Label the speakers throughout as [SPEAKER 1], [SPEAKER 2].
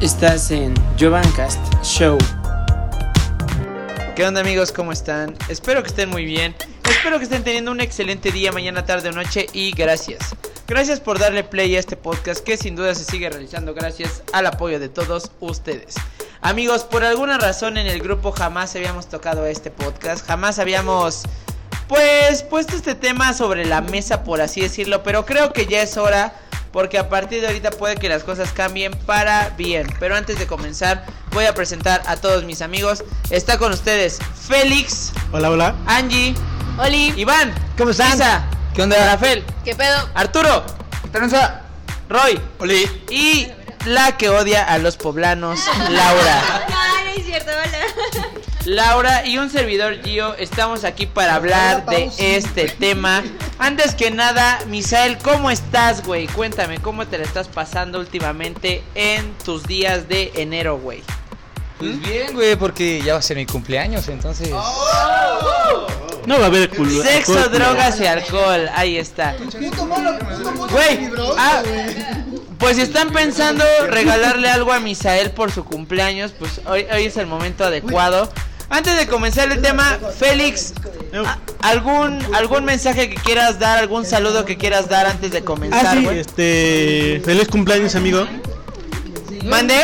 [SPEAKER 1] Estás en Jovancast Show.
[SPEAKER 2] ¿Qué onda amigos? ¿Cómo están? Espero que estén muy bien. Espero que estén teniendo un excelente día, mañana, tarde o noche y gracias. Gracias por darle play a este podcast que sin duda se sigue realizando gracias al apoyo de todos ustedes. Amigos, por alguna razón en el grupo jamás habíamos tocado este podcast, jamás habíamos pues puesto este tema sobre la mesa por así decirlo, pero creo que ya es hora porque a partir de ahorita puede que las cosas cambien para bien. Pero antes de comenzar, voy a presentar a todos mis amigos. Está con ustedes Félix,
[SPEAKER 3] Hola, hola.
[SPEAKER 2] Angie,
[SPEAKER 4] Oli,
[SPEAKER 2] Iván,
[SPEAKER 3] ¿Cómo están?
[SPEAKER 2] Isa, ¿qué onda? Rafael,
[SPEAKER 4] ¿qué pedo?
[SPEAKER 2] Arturo, Roy, y la que odia a los poblanos, Laura.
[SPEAKER 4] No, no es cierto, hola.
[SPEAKER 2] Laura y un servidor Gio estamos aquí para hablar de este tema. Antes que nada, Misael, ¿cómo estás, güey? Cuéntame, ¿cómo te la estás pasando últimamente en tus días de enero, güey?
[SPEAKER 5] Pues
[SPEAKER 2] ¿Mm?
[SPEAKER 5] bien, güey, porque ya va a ser mi cumpleaños, entonces.
[SPEAKER 3] No va a haber culo.
[SPEAKER 2] Sexo, drogas y alcohol, ahí está. Güey, ah, pues si están pensando regalarle algo a Misael por su cumpleaños, pues hoy, hoy es el momento adecuado. Antes de comenzar el tema, Félix, a- ¿algún, algún mensaje que quieras dar, algún saludo que quieras dar antes de
[SPEAKER 3] Ah,
[SPEAKER 2] comenzar,
[SPEAKER 3] sí,
[SPEAKER 2] güey?
[SPEAKER 3] este. Feliz cumpleaños, amigo.
[SPEAKER 2] ¿Mande?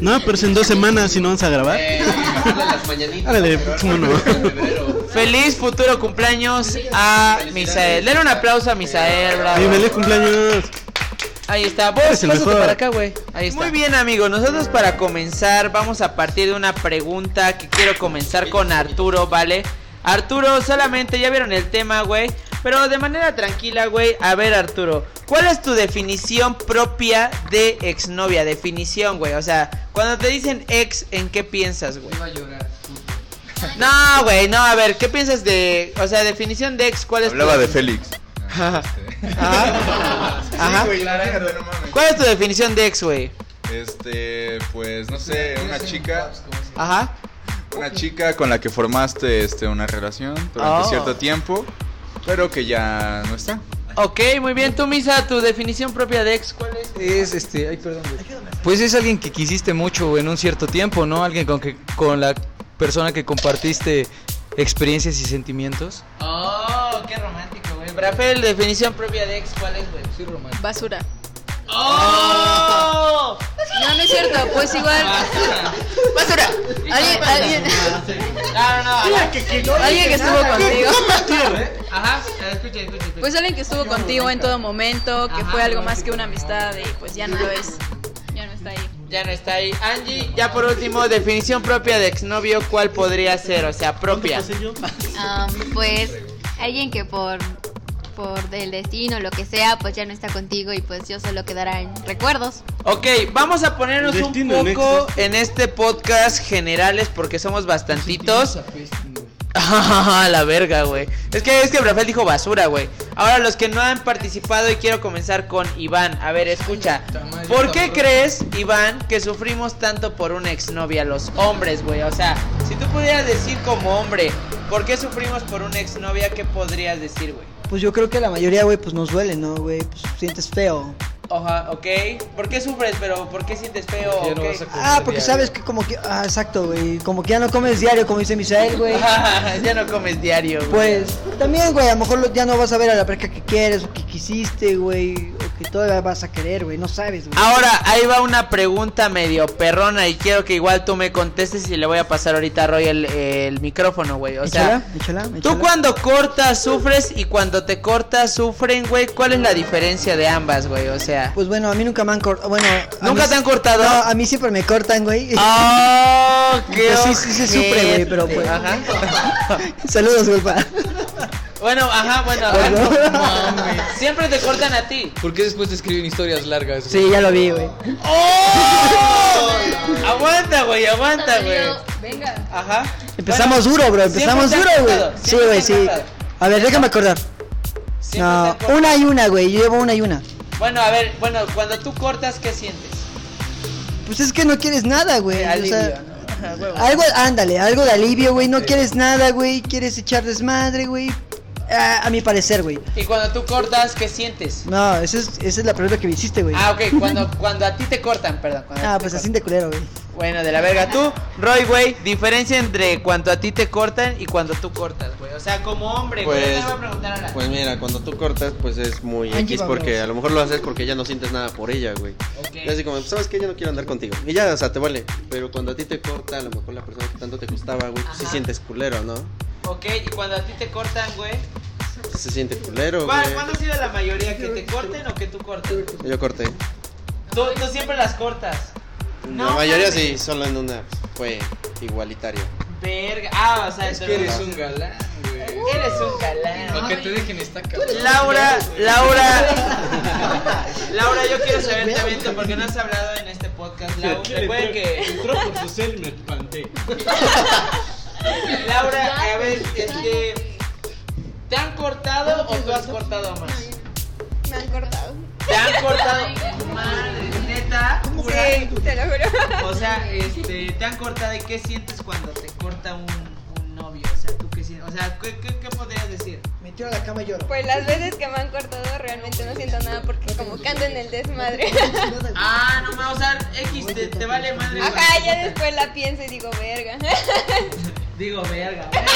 [SPEAKER 3] No, pero es en dos semanas si no vamos a grabar.
[SPEAKER 2] Eh,
[SPEAKER 3] Ándale, cómo no.
[SPEAKER 2] Feliz futuro cumpleaños a Misael. Denle un aplauso a Misael, bravo.
[SPEAKER 3] Ay, feliz cumpleaños.
[SPEAKER 2] Ahí está, vos
[SPEAKER 3] Eres el
[SPEAKER 2] pásate
[SPEAKER 3] mejor.
[SPEAKER 2] para acá, güey. Ahí está. Muy bien, amigo. Nosotros para comenzar vamos a partir de una pregunta que quiero comenzar con Arturo, ¿vale? Arturo, solamente ya vieron el tema, güey, pero de manera tranquila, güey. A ver, Arturo, ¿cuál es tu definición propia de exnovia? Definición, güey. O sea, cuando te dicen ex, ¿en qué piensas, güey? No, güey, no, a ver, ¿qué piensas de, o sea, definición de ex? ¿Cuál es tu
[SPEAKER 6] Hablaba de
[SPEAKER 2] definición?
[SPEAKER 6] Félix.
[SPEAKER 2] Ajá. Ajá. Ajá. ¿Cuál es tu definición de ex, güey?
[SPEAKER 6] Este, pues no sé, una chica,
[SPEAKER 2] Ajá.
[SPEAKER 6] una chica con la que formaste este una relación durante
[SPEAKER 2] Oh.
[SPEAKER 6] cierto tiempo, pero que ya no está.
[SPEAKER 2] Ok, muy bien. Tú, Misa, tu definición propia de ex, ¿cuál es?
[SPEAKER 5] Es este. Ay, perdón, güey. Pues es alguien que quisiste mucho en un cierto tiempo, ¿no? Alguien con, que, con la persona que compartiste experiencias y sentimientos.
[SPEAKER 2] Oh, qué romántico, güey. Rafael, definición propia de ex, ¿cuál es, güey?
[SPEAKER 4] Basura.
[SPEAKER 2] ¡Oh!
[SPEAKER 4] No, no es cierto, pues igual. Basura. Alguien, alguien,
[SPEAKER 2] Ah, No, no, no. Que...
[SPEAKER 4] alguien que estuvo contigo.
[SPEAKER 2] Ajá, escucha, escucha. escucha.
[SPEAKER 4] Pues alguien que estuvo contigo en todo momento, que
[SPEAKER 2] Ajá.
[SPEAKER 4] fue algo más que una amistad y pues ya no lo es. Ya no está ahí.
[SPEAKER 2] Ya no está ahí. Angie, ya por último, definición propia de exnovio, ¿cuál podría ser? O sea, propia.
[SPEAKER 7] Am, pues alguien que por por el destino lo que sea pues ya no está contigo y pues yo solo quedará en recuerdos
[SPEAKER 2] Ok, vamos a ponernos un
[SPEAKER 3] Destino,
[SPEAKER 2] poco en este podcast generales porque somos bastantitos. Ah, la verga, güey. Es que es que Rafael dijo basura, güey. Ahora los que no han participado y quiero comenzar con Iván. A ver, escucha. ¿Por qué crees, Iván, que sufrimos tanto por una exnovia los hombres, güey? O sea, si tú pudieras decir como hombre, ¿por qué sufrimos por una exnovia? ¿Qué podrías decir, güey?
[SPEAKER 8] Pues yo creo que la mayoría, güey, pues nos duele, ¿no, güey? Pues sientes feo.
[SPEAKER 2] Oja, ok. ¿Por qué sufres, pero por qué sientes feo?
[SPEAKER 5] Ya no
[SPEAKER 2] Ok.
[SPEAKER 5] vas a comer
[SPEAKER 8] Ah, porque
[SPEAKER 5] diario.
[SPEAKER 8] sabes que como que... Ah, exacto, güey. Como que ya no comes diario, como dice Misael, güey.
[SPEAKER 2] ya no comes diario, güey.
[SPEAKER 8] Pues también, güey, a lo mejor lo- ya no vas a ver a la perca que quieres o que quisiste, güey. O que todavía vas a querer, güey. No sabes, güey.
[SPEAKER 2] Ahora, ahí va una pregunta medio perrona y quiero que igual tú me contestes y le voy a pasar ahorita a Roy el, el micrófono, güey. O sea,
[SPEAKER 8] Échala, échala,
[SPEAKER 2] tú
[SPEAKER 8] échala.
[SPEAKER 2] cuando cortas sufres y cuando te cortas sufren, güey. ¿Cuál es la diferencia de ambas, güey? O sea,
[SPEAKER 8] Pues bueno, a mí nunca me han cortado. Bueno, a
[SPEAKER 2] ¿Nunca
[SPEAKER 8] mí-
[SPEAKER 2] te han cortado?
[SPEAKER 8] No, a mí siempre me cortan, güey.
[SPEAKER 2] ¡Oh! ¡Qué
[SPEAKER 8] Pues sí, sí se sufre, güey,
[SPEAKER 2] ojete!
[SPEAKER 8] pero pues-
[SPEAKER 2] Ajá.
[SPEAKER 8] Saludos, güey. pa.
[SPEAKER 2] Bueno, ajá, bueno, ajá. Siempre te cortan a ti.
[SPEAKER 5] ¿Por qué después te escriben historias largas?
[SPEAKER 8] Sí, ya lo vi, güey.
[SPEAKER 2] ¡Oh! aguanta, güey, aguanta, güey.
[SPEAKER 4] Venga.
[SPEAKER 2] Ajá.
[SPEAKER 8] Empezamos duro, bro. Empezamos duro,
[SPEAKER 2] siempre te han
[SPEAKER 8] güey.
[SPEAKER 2] cortado,
[SPEAKER 8] Sí,
[SPEAKER 2] siempre
[SPEAKER 8] güey,
[SPEAKER 2] te
[SPEAKER 8] sí.
[SPEAKER 2] han cortado.
[SPEAKER 8] A ver, déjame acordar.
[SPEAKER 2] Siempre te
[SPEAKER 8] No,
[SPEAKER 2] han cortado.
[SPEAKER 8] una y una, güey. Yo llevo una y una.
[SPEAKER 2] Bueno, a ver, bueno, cuando tú cortas, ¿qué sientes?
[SPEAKER 8] Pues es que no quieres nada, güey.
[SPEAKER 2] Eh,
[SPEAKER 8] o sea,
[SPEAKER 2] alivio, ¿no? Ajá, huevo.
[SPEAKER 8] algo, ándale, algo de alivio, güey. No quieres nada, güey. Quieres echar desmadre, güey. Ah, a mi parecer, güey.
[SPEAKER 2] Y cuando tú cortas, ¿qué sientes?
[SPEAKER 8] No, esa es, esa es la pregunta que me hiciste, güey.
[SPEAKER 2] Ah, ok, cuando, cuando a ti te cortan, perdón. cuando a
[SPEAKER 8] Ah,
[SPEAKER 2] ti te
[SPEAKER 8] pues
[SPEAKER 2] cortan.
[SPEAKER 8] así de culero, güey.
[SPEAKER 2] Bueno, de la verga. Tú, Roy, güey, diferencia entre cuando a ti te cortan y cuando tú cortas, güey. O sea, como hombre, güey.
[SPEAKER 9] Pues-
[SPEAKER 2] te voy a preguntar ahora.
[SPEAKER 9] Pues mira, cuando tú cortas, pues es muy
[SPEAKER 8] Angie
[SPEAKER 9] X
[SPEAKER 8] Babrón.
[SPEAKER 9] porque a lo mejor lo haces porque ya no sientes nada por ella, güey.
[SPEAKER 2] Ok.
[SPEAKER 9] Y así como, pues, sabes que yo no quiero andar contigo. Y ya, o sea, te vale. Pero cuando a ti te corta, a lo mejor la persona que tanto te gustaba, güey, pues sí
[SPEAKER 2] Ajá.
[SPEAKER 9] sientes culero, ¿no?
[SPEAKER 2] Ok, y cuando a ti te cortan, güey.
[SPEAKER 9] Pues, se siente culero,
[SPEAKER 2] ¿cuál-
[SPEAKER 9] güey.
[SPEAKER 2] ¿Cuándo ha sido la mayoría? ¿Que te corten o que tú cortas?
[SPEAKER 9] Yo corté.
[SPEAKER 2] Tú, tú siempre las cortas. No,
[SPEAKER 9] la mayoría
[SPEAKER 2] mames.
[SPEAKER 9] sí, solo en una pues, fue igualitario.
[SPEAKER 2] Verga. Ah, o sea,
[SPEAKER 5] Es que
[SPEAKER 2] entonces-
[SPEAKER 5] eres un galán, güey.
[SPEAKER 2] Eres un galán.
[SPEAKER 5] Lo que te dejen está cabrón.
[SPEAKER 2] Laura, Laura, Laura, yo quiero saber también tú, porque no has hablado en este podcast. Laura, recuerden que
[SPEAKER 3] Entró por su cel y me espanté.
[SPEAKER 2] Laura, a ver, este, ¿te han cortado o tú has cortado más?
[SPEAKER 10] Me han cortado.
[SPEAKER 2] ¿Te han cortado? Madre, neta, jura.
[SPEAKER 10] Sí, te lo juro.
[SPEAKER 2] O sea, este, ¿te han cortado y qué sientes cuando te corta un, un novio? O sea, ¿tú qué sientes? O sea, ¿qué, qué, qué podrías decir?
[SPEAKER 8] Me tiro a la cama y lloro.
[SPEAKER 10] Pues las veces que me han cortado realmente no siento nada porque como que ando en el desmadre.
[SPEAKER 2] Ah, no me o sea, X, te, te vale madre.
[SPEAKER 10] Ajá, ya después la pienso y digo, verga.
[SPEAKER 2] Digo, verga, verga.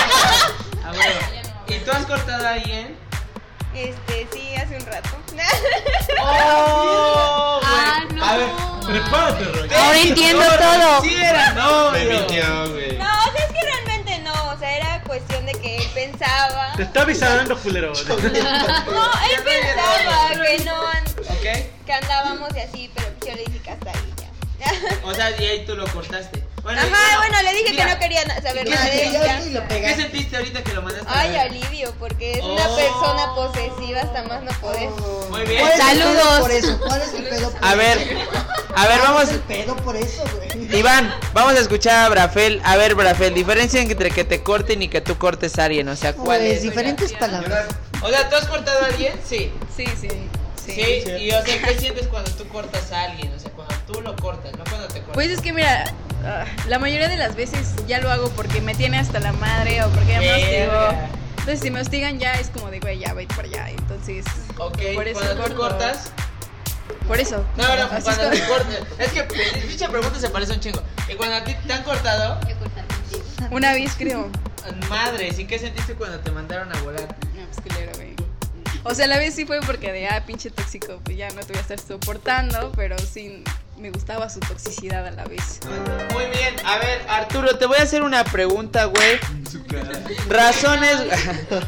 [SPEAKER 2] Ah, bueno. ¿Y tú has cortado a alguien?
[SPEAKER 10] Este, sí, hace un rato.
[SPEAKER 2] ¡Oh! güey!
[SPEAKER 7] Ah, no.
[SPEAKER 2] A ver.
[SPEAKER 3] Prepárate, Roy.
[SPEAKER 7] Ahora entiendo
[SPEAKER 2] No,
[SPEAKER 7] todo.
[SPEAKER 2] Sí, era novio.
[SPEAKER 9] güey.
[SPEAKER 10] No, o sea, es que realmente no, o sea, era cuestión de que él pensaba.
[SPEAKER 3] Te está avisando, culero.
[SPEAKER 10] No, él
[SPEAKER 2] Ah,
[SPEAKER 10] pensaba que no, an-
[SPEAKER 2] ¿Ok?
[SPEAKER 10] que andábamos y así, pero yo le dije que hasta ahí ya.
[SPEAKER 2] O sea, y ahí tú lo cortaste. Bueno, y
[SPEAKER 10] Ajá, bueno, le dije
[SPEAKER 2] mira,
[SPEAKER 10] que no quería na- saber
[SPEAKER 2] ¿qué
[SPEAKER 10] nada de
[SPEAKER 2] sentiste?
[SPEAKER 10] ella.
[SPEAKER 2] ¿Qué sentiste ahorita que lo mandaste? a la
[SPEAKER 10] Ay,
[SPEAKER 2] verga?
[SPEAKER 10] alivio, porque es una
[SPEAKER 2] Oh.
[SPEAKER 10] persona posesiva hasta más no poder.
[SPEAKER 2] Muy
[SPEAKER 8] ¿Cuál es
[SPEAKER 2] bien.
[SPEAKER 8] el pedo
[SPEAKER 7] Saludos.
[SPEAKER 8] Por eso? ¿Cuál es el pedo por
[SPEAKER 2] A ver,
[SPEAKER 8] eso?
[SPEAKER 2] a
[SPEAKER 8] ¿Cuál
[SPEAKER 2] ver, vamos.
[SPEAKER 8] es el pedo por eso, güey?
[SPEAKER 2] Iván, vamos a escuchar a Brafel. A ver, Brafel, diferencia entre que te corten y que tú cortes a alguien. O sea, ¿cuál
[SPEAKER 8] Pues,
[SPEAKER 2] es?
[SPEAKER 8] diferentes palabras.
[SPEAKER 2] O sea, ¿tú has cortado a alguien? Sí.
[SPEAKER 4] Sí, sí.
[SPEAKER 2] Sí, y o sea, ¿qué sientes cuando tú cortas a alguien? O sea, cuando tú lo cortas, no cuando te cortas.
[SPEAKER 4] Pues es que mira, ah, la mayoría de las veces ya lo hago porque me tiene hasta la madre o porque ya me
[SPEAKER 2] Verga.
[SPEAKER 4] hostigó. Entonces si me hostigan ya es como de, güey, ya vete para allá. Entonces,
[SPEAKER 2] ok,
[SPEAKER 4] por eso
[SPEAKER 2] cuando tú
[SPEAKER 4] corto.
[SPEAKER 2] cortas.
[SPEAKER 4] por eso.
[SPEAKER 2] No, no,
[SPEAKER 4] Así es
[SPEAKER 2] cuando
[SPEAKER 4] como-
[SPEAKER 2] te cortas. Es que pues, dicha pregunta se parece un chingo. Y cuando a ti te han cortado,
[SPEAKER 7] Voy a cortar contigo.
[SPEAKER 4] Una vez creo.
[SPEAKER 2] madre, ¿sí qué sentiste cuando te mandaron a volar?
[SPEAKER 4] No, pues culero, güey. O sea, la vez sí fue porque de, ah, pinche tóxico, pues ya no te voy a estar soportando, pero sí me gustaba su toxicidad a la vez.
[SPEAKER 2] Muy bien, a ver, Arturo, te voy a hacer una pregunta, güey. Razones.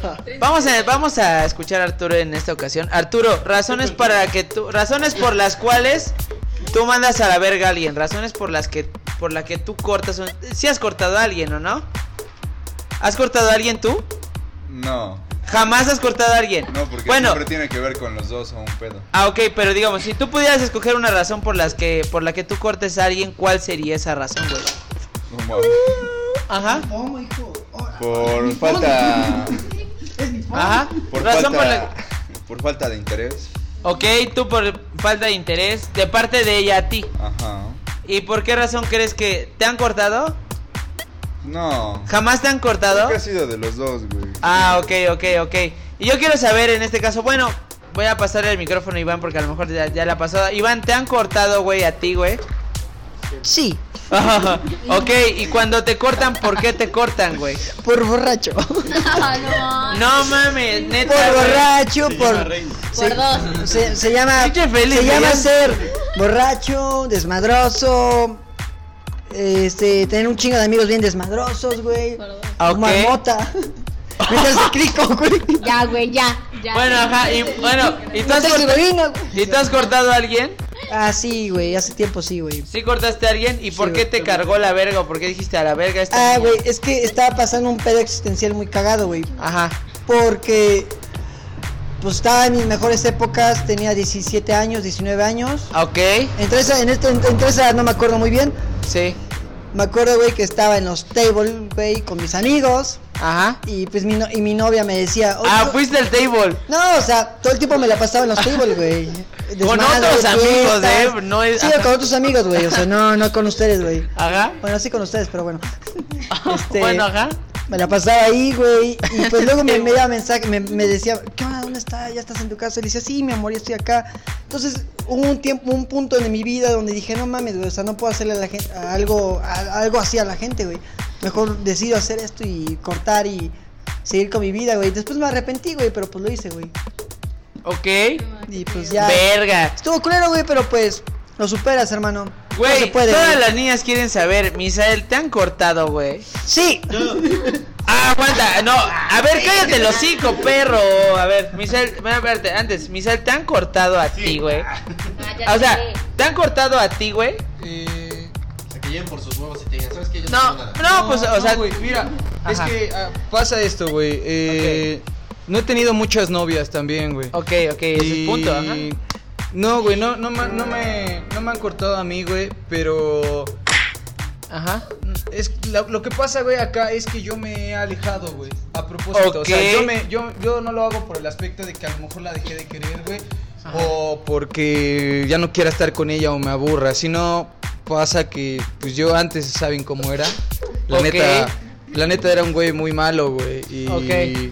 [SPEAKER 5] Ah,
[SPEAKER 2] vamos a vamos a escuchar a Arturo en esta ocasión. Arturo, razones para que tú razones por las cuales tú mandas a la verga a alguien, razones por las que por la que tú cortas un- si has cortado a alguien o no? ¿Has cortado a alguien tú?
[SPEAKER 6] No,
[SPEAKER 2] Jamás has cortado a alguien.
[SPEAKER 6] no, porque
[SPEAKER 2] bueno,
[SPEAKER 6] siempre tiene que ver con los dos o un pedo.
[SPEAKER 2] Ah, ok, pero digamos, si tú pudieras escoger una razón por las que por la que tú cortes a alguien, ¿cuál sería esa razón, güey?
[SPEAKER 6] No mames.
[SPEAKER 2] Ajá.
[SPEAKER 8] Pomo, hijo. Ahora,
[SPEAKER 6] Por falta.
[SPEAKER 8] Es mi pomo.
[SPEAKER 2] Ajá.
[SPEAKER 6] Por
[SPEAKER 2] razón por la
[SPEAKER 6] falta. Por falta de interés.
[SPEAKER 2] Ok, tú por falta de interés de parte de ella a ti.
[SPEAKER 6] Ajá.
[SPEAKER 2] ¿Y por qué razón crees que te han cortado?
[SPEAKER 6] No.
[SPEAKER 2] ¿Jamás te han cortado?
[SPEAKER 6] Nunca ha sido de los dos, güey.
[SPEAKER 2] Ah, ok, ok, ok. Y yo quiero saber en este caso, bueno, voy a pasar el micrófono a Iván porque a lo mejor ya, ya la ha pasado. Iván, ¿te han cortado, güey, a ti, güey?
[SPEAKER 8] Sí,
[SPEAKER 2] ok, y cuando te cortan, ¿por qué te cortan, güey?
[SPEAKER 8] por borracho.
[SPEAKER 10] Ah,
[SPEAKER 7] No, no.
[SPEAKER 2] No mames, neta.
[SPEAKER 8] por
[SPEAKER 2] güey.
[SPEAKER 8] borracho, por.
[SPEAKER 7] Por dos.
[SPEAKER 8] Se, se llama.
[SPEAKER 2] Pinche Félix,
[SPEAKER 8] se
[SPEAKER 2] güey,
[SPEAKER 8] llama
[SPEAKER 2] ya-
[SPEAKER 8] ser borracho, desmadroso. Este, tener un chingo de amigos bien desmadrosos, güey.
[SPEAKER 2] Ah, ok.
[SPEAKER 8] Marmota. Mientras se crico, güey.
[SPEAKER 7] Ya, güey, ya. ya.
[SPEAKER 2] Bueno, ajá, y bueno, ¿y tú
[SPEAKER 8] No
[SPEAKER 2] has
[SPEAKER 8] tengo
[SPEAKER 2] cortado,
[SPEAKER 8] heroína, güey.
[SPEAKER 2] ¿y tú has cortado a alguien?
[SPEAKER 8] Ah, sí, güey, hace tiempo sí, güey.
[SPEAKER 2] ¿Sí cortaste a alguien? ¿Y por
[SPEAKER 8] Sí,
[SPEAKER 2] qué te
[SPEAKER 8] güey.
[SPEAKER 2] cargó la verga o por qué dijiste a la verga esta
[SPEAKER 8] Ah,
[SPEAKER 2] niña"?
[SPEAKER 8] güey, es que estaba pasando un pedo existencial muy cagado, güey.
[SPEAKER 2] Ajá.
[SPEAKER 8] Porque pues estaba en mis mejores épocas, tenía 17 años, 19 años.
[SPEAKER 2] Ok,
[SPEAKER 8] Entre esa, en esto, entre esa no me acuerdo muy bien.
[SPEAKER 2] sí.
[SPEAKER 8] Me acuerdo, güey, que estaba en los table, güey, con mis amigos.
[SPEAKER 2] Ajá.
[SPEAKER 8] Y pues mi, no- y mi novia me decía. "Oye,
[SPEAKER 2] Ah,
[SPEAKER 8] no-".
[SPEAKER 2] fuiste al table.
[SPEAKER 8] No, o sea, todo el tiempo me la pasaba en los table, güey.
[SPEAKER 2] Con
[SPEAKER 8] Desmadre,
[SPEAKER 2] otros amigos,
[SPEAKER 8] fiestas.
[SPEAKER 2] ¿eh? No es-
[SPEAKER 8] Sí,
[SPEAKER 2] ajá.
[SPEAKER 8] con otros amigos, güey. O sea, no, no con ustedes, güey.
[SPEAKER 2] Ajá.
[SPEAKER 8] Bueno, sí con ustedes, pero bueno. Este,
[SPEAKER 2] Bueno, ajá.
[SPEAKER 8] Me la pasaba ahí, güey. Y pues luego me, me daba mensaje, me, me decía, ¿qué onda? ¿Dónde estás? ¿Ya estás en tu casa? Y le decía, sí, mi amor, ya estoy acá. Entonces hubo un tiempo, un punto en mi vida donde dije, no mames, güey, o sea, no puedo hacerle a la gente, a algo, a- algo así a la gente, güey. Mejor decido hacer esto y cortar y seguir con mi vida, güey. Después me arrepentí, güey, pero pues lo hice, güey.
[SPEAKER 2] Ok.
[SPEAKER 8] Y pues ya.
[SPEAKER 2] Verga.
[SPEAKER 8] Estuvo claro, güey, pero pues lo superas, hermano. no se
[SPEAKER 2] Güey,
[SPEAKER 8] puede.
[SPEAKER 2] todas
[SPEAKER 8] güey.
[SPEAKER 2] las niñas quieren saber, Misael, ¿te han cortado, güey?
[SPEAKER 8] Sí.
[SPEAKER 2] Ah, aguanta, no, a ver, cállate los cinco, perro. A ver, Misael, ven, espérate, antes, Misael, ¿te han cortado a ti, güey? O sea, ¿te han cortado a ti, güey?
[SPEAKER 11] Que lleguen por sus huevos y te digan, ¿sabes qué? Yo no,
[SPEAKER 2] No,
[SPEAKER 11] tengo nada.
[SPEAKER 2] no, pues, o sea,
[SPEAKER 5] güey, mira, Es
[SPEAKER 2] Ajá.
[SPEAKER 5] que ah, pasa esto, güey. eh, No he tenido muchas novias también, güey.
[SPEAKER 2] Ok, ok, ese es punto, ajá.
[SPEAKER 5] No, güey, no, no, ma- no, me, no me han cortado a mí, güey, pero...
[SPEAKER 2] Ajá.
[SPEAKER 5] Es, la- lo que pasa, güey, acá es que yo me he alejado, güey. A propósito, o sea,
[SPEAKER 2] Ok.
[SPEAKER 5] yo, me, yo, yo no lo hago por el aspecto de que a lo mejor la dejé de querer, güey. O porque ya no quiera estar con ella o me aburra, sino pasa que pues yo antes saben cómo era. La
[SPEAKER 2] Ok.
[SPEAKER 5] neta la neta era un güey muy malo, güey, y
[SPEAKER 2] Ok.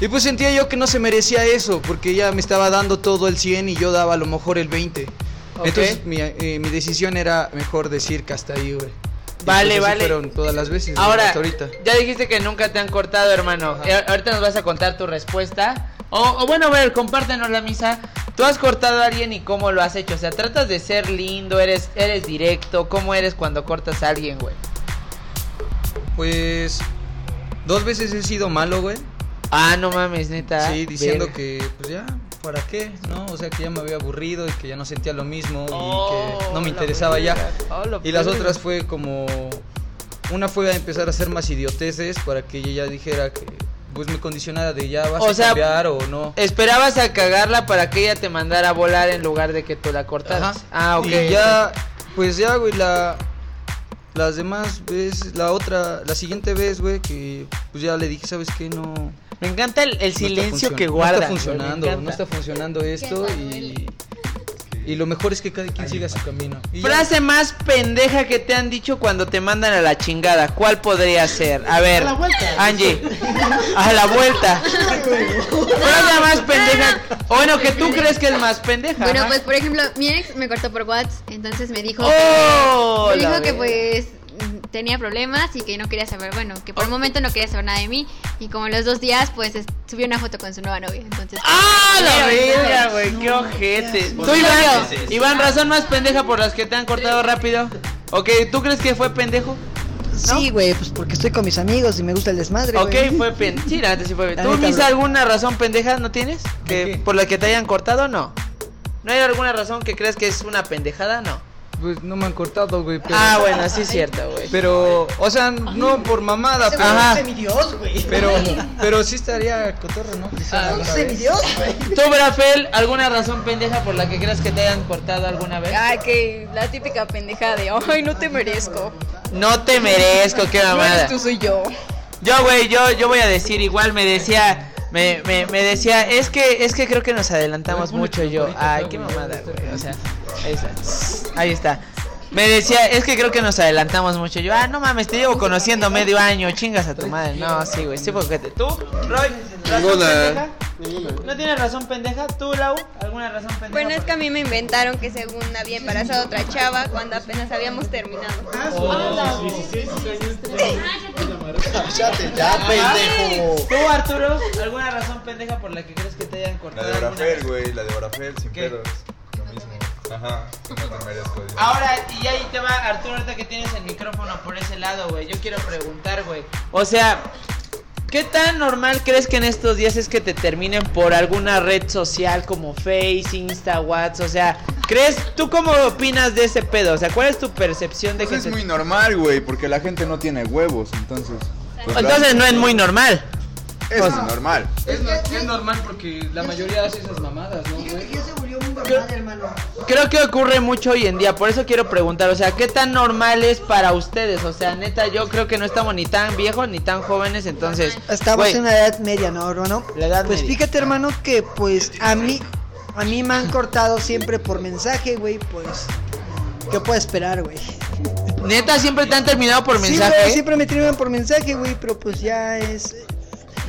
[SPEAKER 5] y pues sentía yo que no se merecía eso, porque ella me estaba dando todo el 100 y yo daba a lo mejor el 20.
[SPEAKER 2] Ok.
[SPEAKER 5] Entonces mi, eh, mi decisión era mejor decir que hasta ahí, güey. Y pues
[SPEAKER 2] Vale,
[SPEAKER 5] así
[SPEAKER 2] vale.
[SPEAKER 5] Fueron todas las veces. güey,
[SPEAKER 2] Ahora,
[SPEAKER 5] hasta ahorita.
[SPEAKER 2] ya dijiste que nunca te han cortado, hermano. Eh, Ahorita nos vas a contar tu respuesta. O, o bueno, a ver, compártenos la misa. ¿Tú has cortado a alguien y cómo lo has hecho? O sea, tratas de ser lindo, eres, eres directo. ¿Cómo eres cuando cortas a alguien, güey?
[SPEAKER 5] Pues dos veces he sido malo, güey.
[SPEAKER 2] Ah, no mames, neta.
[SPEAKER 5] Sí, diciendo
[SPEAKER 2] Verga.
[SPEAKER 5] que pues ya, ¿para qué? ¿No? O sea, que ya me había aburrido y que ya no sentía lo mismo
[SPEAKER 2] Oh,
[SPEAKER 5] y que no
[SPEAKER 2] la
[SPEAKER 5] me interesaba ya.
[SPEAKER 2] verga. Oh, la
[SPEAKER 5] y las
[SPEAKER 2] verga.
[SPEAKER 5] otras fue como una fue a empezar a hacer más idioteces para que ella ya dijera que pues me condicionara de ya vas
[SPEAKER 2] O
[SPEAKER 5] a
[SPEAKER 2] sea,
[SPEAKER 5] cambiar o no.
[SPEAKER 2] Esperabas a cagarla para que ella te mandara a volar en lugar de que tú la cortaras. Ah, ok.
[SPEAKER 5] Y ya, pues ya, güey, la. Las demás veces, la otra, la siguiente vez, güey, que pues ya le dije, ¿sabes qué? No.
[SPEAKER 2] Me encanta el,
[SPEAKER 5] está
[SPEAKER 2] silencio
[SPEAKER 5] funcionando,
[SPEAKER 2] que guarda,
[SPEAKER 5] No está
[SPEAKER 2] güey, me
[SPEAKER 5] funcionando,
[SPEAKER 2] encanta.
[SPEAKER 5] no está funcionando esto y. Y lo mejor es que cada quien siga su camino. Y ya.
[SPEAKER 2] Frase más pendeja que te han dicho cuando te mandan a la chingada. ¿Cuál podría ser? A ver,
[SPEAKER 11] A la vuelta.
[SPEAKER 2] Angie, a la vuelta. Frase más pendeja. O Bueno, que tú crees que es más pendeja.
[SPEAKER 7] Bueno,
[SPEAKER 2] ajá.
[SPEAKER 7] pues por ejemplo, mi ex me cortó por WhatsApp, entonces me dijo,
[SPEAKER 2] ¡Oh,
[SPEAKER 7] me
[SPEAKER 2] la
[SPEAKER 7] dijo que
[SPEAKER 2] verga!
[SPEAKER 7] pues mm, tenía problemas y que no quería saber, bueno, que por el momento no quería saber nada de mí y como en los dos días pues es- subió una foto con su nueva novia, entonces
[SPEAKER 2] ¡Ah, la
[SPEAKER 7] Pero,
[SPEAKER 2] verga,
[SPEAKER 7] no.
[SPEAKER 2] güey! ¡Qué ojete!
[SPEAKER 7] Por
[SPEAKER 2] Tú, Iván,
[SPEAKER 7] varias veces.
[SPEAKER 2] Iván, razón más pendeja por las que te han cortado rápido. Ok, ¿tú crees que fue pendejo?
[SPEAKER 8] Sí, güey, pues porque estoy con mis amigos y me gusta el desmadre,
[SPEAKER 2] Ok,
[SPEAKER 8] güey.
[SPEAKER 2] fue pendejo. Sí, la neta sí fue
[SPEAKER 8] La
[SPEAKER 2] pendejo. ¿Tú,
[SPEAKER 8] neta,
[SPEAKER 2] Misa,
[SPEAKER 8] bro.
[SPEAKER 2] alguna razón pendeja no tienes? ¿Que ¿Por la que te hayan cortado no? ¿No hay alguna razón que creas que es una pendejada? No.
[SPEAKER 5] Pues no me han cortado, güey. pero-
[SPEAKER 2] Ah, bueno, sí es cierto, güey.
[SPEAKER 5] Pero, o sea, no por mamada, pero.
[SPEAKER 2] Ajá.
[SPEAKER 8] mi Dios, güey.
[SPEAKER 5] Pero, pero sí estaría cotorro, ¿no? Que sea la otra vez.
[SPEAKER 2] ¿Tú, Brafel, alguna razón pendeja por la que creas que te hayan cortado alguna vez?
[SPEAKER 4] Ay, que la típica pendeja de, ay, no te merezco.
[SPEAKER 2] No te merezco, qué
[SPEAKER 4] No eres
[SPEAKER 2] mamada.
[SPEAKER 4] tú, soy yo.
[SPEAKER 2] Yo, güey, yo, yo voy a decir igual, me decía... Me, me, me decía, es que, es que creo que nos adelantamos mucho yo. Ay, qué mamada, güey. O sea, esa. Ahí está. Me decía, es que creo que nos adelantamos mucho. Yo, ah, no mames, te llevo conociendo medio año, chingas a tu madre. No, sí, güey, sí, porque te... ¿Tú, Roy? ¿razón
[SPEAKER 9] Ninguna.
[SPEAKER 2] pendeja? ¿No tienes razón pendeja? ¿Tú, Lau? ¿Alguna razón pendeja?
[SPEAKER 10] Bueno, es que a mí me inventaron que según había embarazado a otra chava cuando apenas habíamos terminado.
[SPEAKER 11] Cállate ya, pendejo.
[SPEAKER 2] ¿Tú, Arturo, alguna razón pendeja por la que crees que te hayan
[SPEAKER 6] La
[SPEAKER 2] cortado?
[SPEAKER 6] de
[SPEAKER 2] alguna
[SPEAKER 6] Brafel, güey, la de Brafel, sin
[SPEAKER 2] ¿Qué?
[SPEAKER 6] pedos. Lo mismo. Ajá, que no te merezco. dice.
[SPEAKER 2] Ahora, y ahí te va, Arturo, ahorita que tienes el micrófono por ese lado, güey. Yo quiero preguntar, güey. O sea, ¿qué tan normal crees que en estos días es que te terminen por alguna red social como Face, Insta, WhatsApp? O sea, ¿crees tú cómo opinas de ese pedo? O sea, ¿cuál es tu percepción de que
[SPEAKER 6] Pues
[SPEAKER 2] te-
[SPEAKER 6] es muy normal, güey, porque la gente no tiene huevos, entonces. pues,
[SPEAKER 2] Entonces
[SPEAKER 6] la-
[SPEAKER 2] no es muy normal.
[SPEAKER 6] Es normal.
[SPEAKER 5] Pues, Es, no- es normal porque la mayoría hace esas mamadas, ¿no, güey?
[SPEAKER 2] Creo que ocurre mucho hoy en día, por eso quiero preguntar, o sea, ¿qué tan normal es para ustedes? O sea, neta, yo creo que no estamos ni tan viejos ni tan jóvenes, entonces...
[SPEAKER 8] Estamos
[SPEAKER 2] güey,
[SPEAKER 8] en la edad media, ¿no, hermano?
[SPEAKER 2] La edad
[SPEAKER 8] Pues
[SPEAKER 2] media.
[SPEAKER 8] fíjate, hermano, que pues a mí, a mí me han cortado siempre por mensaje, güey, pues ¿Qué puedo esperar, güey?
[SPEAKER 2] Neta, siempre te han terminado por mensaje.
[SPEAKER 8] Siempre, siempre me tiran por mensaje, güey, pero pues ya es...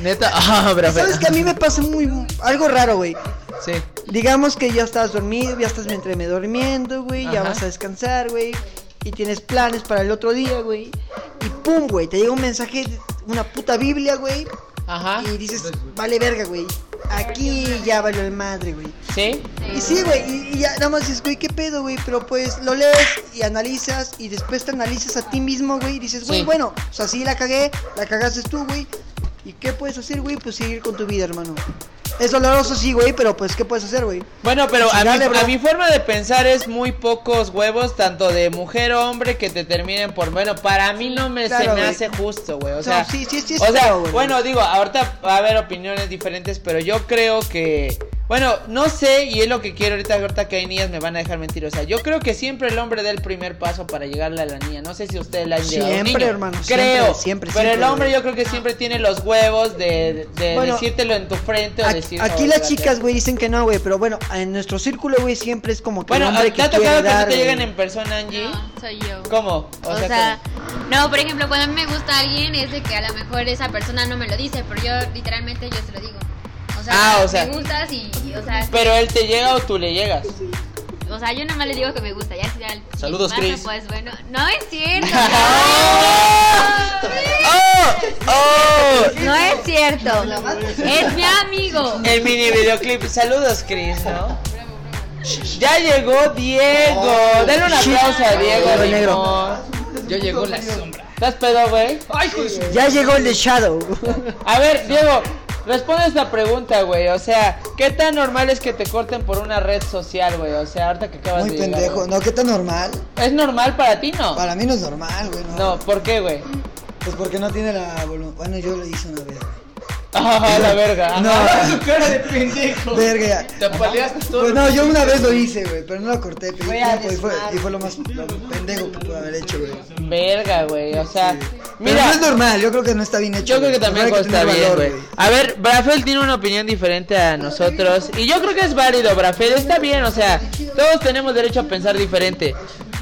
[SPEAKER 2] Neta, ah, bravo.
[SPEAKER 8] ¿Sabes que a mí me pasa muy algo raro, güey?
[SPEAKER 2] Sí.
[SPEAKER 8] Digamos que ya estás dormido, ya estás entre me durmiendo, güey, ya
[SPEAKER 2] Ajá.
[SPEAKER 8] vas a descansar, güey, y tienes planes para el otro día, güey, y pum, güey, te llega un mensaje, una puta Biblia, güey, y dices, vale verga, güey, aquí ya valió el madre, güey.
[SPEAKER 2] ¿Sí?
[SPEAKER 8] Y sí, güey, y, y ya nada más dices, güey, qué pedo, güey, pero pues lo lees y analizas y después te analizas a ti mismo, güey, y dices, güey,
[SPEAKER 2] Sí.
[SPEAKER 8] bueno, o sea, sí la cagué, la cagaste tú, güey, ¿y qué puedes hacer, güey? Pues seguir con tu vida, hermano. Es doloroso, sí, güey, pero pues, ¿qué puedes hacer, güey?
[SPEAKER 2] Bueno, pero a,
[SPEAKER 8] Dale,
[SPEAKER 2] mi,
[SPEAKER 8] bro.
[SPEAKER 2] a mi forma de pensar es muy pocos huevos, tanto de mujer o hombre, que te terminen por bueno. Para mí no me se
[SPEAKER 8] Claro,
[SPEAKER 2] me
[SPEAKER 8] güey.
[SPEAKER 2] hace justo, güey. O
[SPEAKER 8] No,
[SPEAKER 2] sea,
[SPEAKER 8] sí, sí, sí,
[SPEAKER 2] o sea,
[SPEAKER 8] claro, güey.
[SPEAKER 2] bueno, digo, ahorita va a haber opiniones diferentes, pero yo creo que, bueno, no sé y es lo que quiero ahorita, ahorita que hay niñas me van a dejar mentir. O sea, yo creo que siempre el hombre da el primer paso para llegarle a la niña. No sé si ustedes la han llegado.
[SPEAKER 8] Siempre,
[SPEAKER 2] niño.
[SPEAKER 8] hermano, siempre,
[SPEAKER 2] Creo.
[SPEAKER 8] siempre,
[SPEAKER 2] Pero
[SPEAKER 8] siempre,
[SPEAKER 2] el hombre
[SPEAKER 8] güey.
[SPEAKER 2] yo creo que siempre tiene los huevos de, de
[SPEAKER 8] Bueno,
[SPEAKER 2] decírtelo en tu frente o decir.
[SPEAKER 8] Aquí
[SPEAKER 2] "No,
[SPEAKER 8] las
[SPEAKER 2] espérate".
[SPEAKER 8] chicas, güey, dicen que no, güey, pero bueno, en nuestro círculo, güey, siempre es como que
[SPEAKER 2] Bueno, ah,
[SPEAKER 8] el
[SPEAKER 2] ¿te
[SPEAKER 8] hombre
[SPEAKER 2] ha
[SPEAKER 8] que
[SPEAKER 2] tocado
[SPEAKER 8] quiere
[SPEAKER 2] que
[SPEAKER 8] dar,
[SPEAKER 2] no te
[SPEAKER 8] güey.
[SPEAKER 2] lleguen en persona, Angie?
[SPEAKER 7] Soy yo.
[SPEAKER 2] ¿Cómo?
[SPEAKER 7] O sea, no, por ejemplo, cuando a mí me gusta alguien es de que a lo mejor esa persona no me lo dice, pero yo literalmente yo se lo digo. O sea,
[SPEAKER 2] Ah, o sea.
[SPEAKER 7] me gustas y, y, o sea,
[SPEAKER 2] ¿cómo? pero él te llega o tú le llegas.
[SPEAKER 7] o sea, yo nomás le digo que me gusta, ya si ya el-
[SPEAKER 2] Saludos,
[SPEAKER 7] el mano,
[SPEAKER 2] Chris.
[SPEAKER 7] Pues bueno, no es cierto.
[SPEAKER 2] ¡Oh!
[SPEAKER 7] No es cierto. Es mi amigo.
[SPEAKER 2] El mini videoclip. Saludos, Chris, ¿no? Ya llegó Diego. Denle un aplauso a Diego.
[SPEAKER 8] Diego
[SPEAKER 2] Limón.
[SPEAKER 8] Negro.
[SPEAKER 2] Ya llegó la sombra. ¿Estás pedo, güey?
[SPEAKER 8] Ya llegó el de Shadow.
[SPEAKER 2] A ver, Diego, responde esta pregunta, güey. O sea, ¿qué tan normal es que te corten por una red social, güey? O sea, ahorita que acabas
[SPEAKER 12] Muy
[SPEAKER 2] de llegar,
[SPEAKER 12] pendejo,
[SPEAKER 2] güey.
[SPEAKER 12] no, qué tan normal.
[SPEAKER 2] ¿Es normal para ti, no?
[SPEAKER 12] Para mí no es normal, güey. No,
[SPEAKER 2] No, ¿por qué, güey?
[SPEAKER 12] pues porque no tiene la voluntad. Bueno, yo lo hice una vez.
[SPEAKER 2] Ah, la verga.
[SPEAKER 12] No.
[SPEAKER 2] Ajá.
[SPEAKER 12] Su cara de pendejo. Verga, ya.
[SPEAKER 2] Te paleaste todo.
[SPEAKER 12] Pues no, yo una vez lo hice, güey, pero no lo corté, pedí
[SPEAKER 2] Fue a
[SPEAKER 12] tiempo y fue, y fue lo más lo pendejo que pude haber hecho, güey.
[SPEAKER 2] Verga, güey, o sea,
[SPEAKER 12] Mira,
[SPEAKER 2] mira,
[SPEAKER 12] no es normal, yo creo que no está bien hecho.
[SPEAKER 2] yo creo Pues que también está bien, güey.
[SPEAKER 12] Yo
[SPEAKER 2] A ver, Brafel tiene una opinión diferente a nosotros y yo creo que es válido, Brafel, está bien, o sea, todos tenemos derecho a pensar diferente.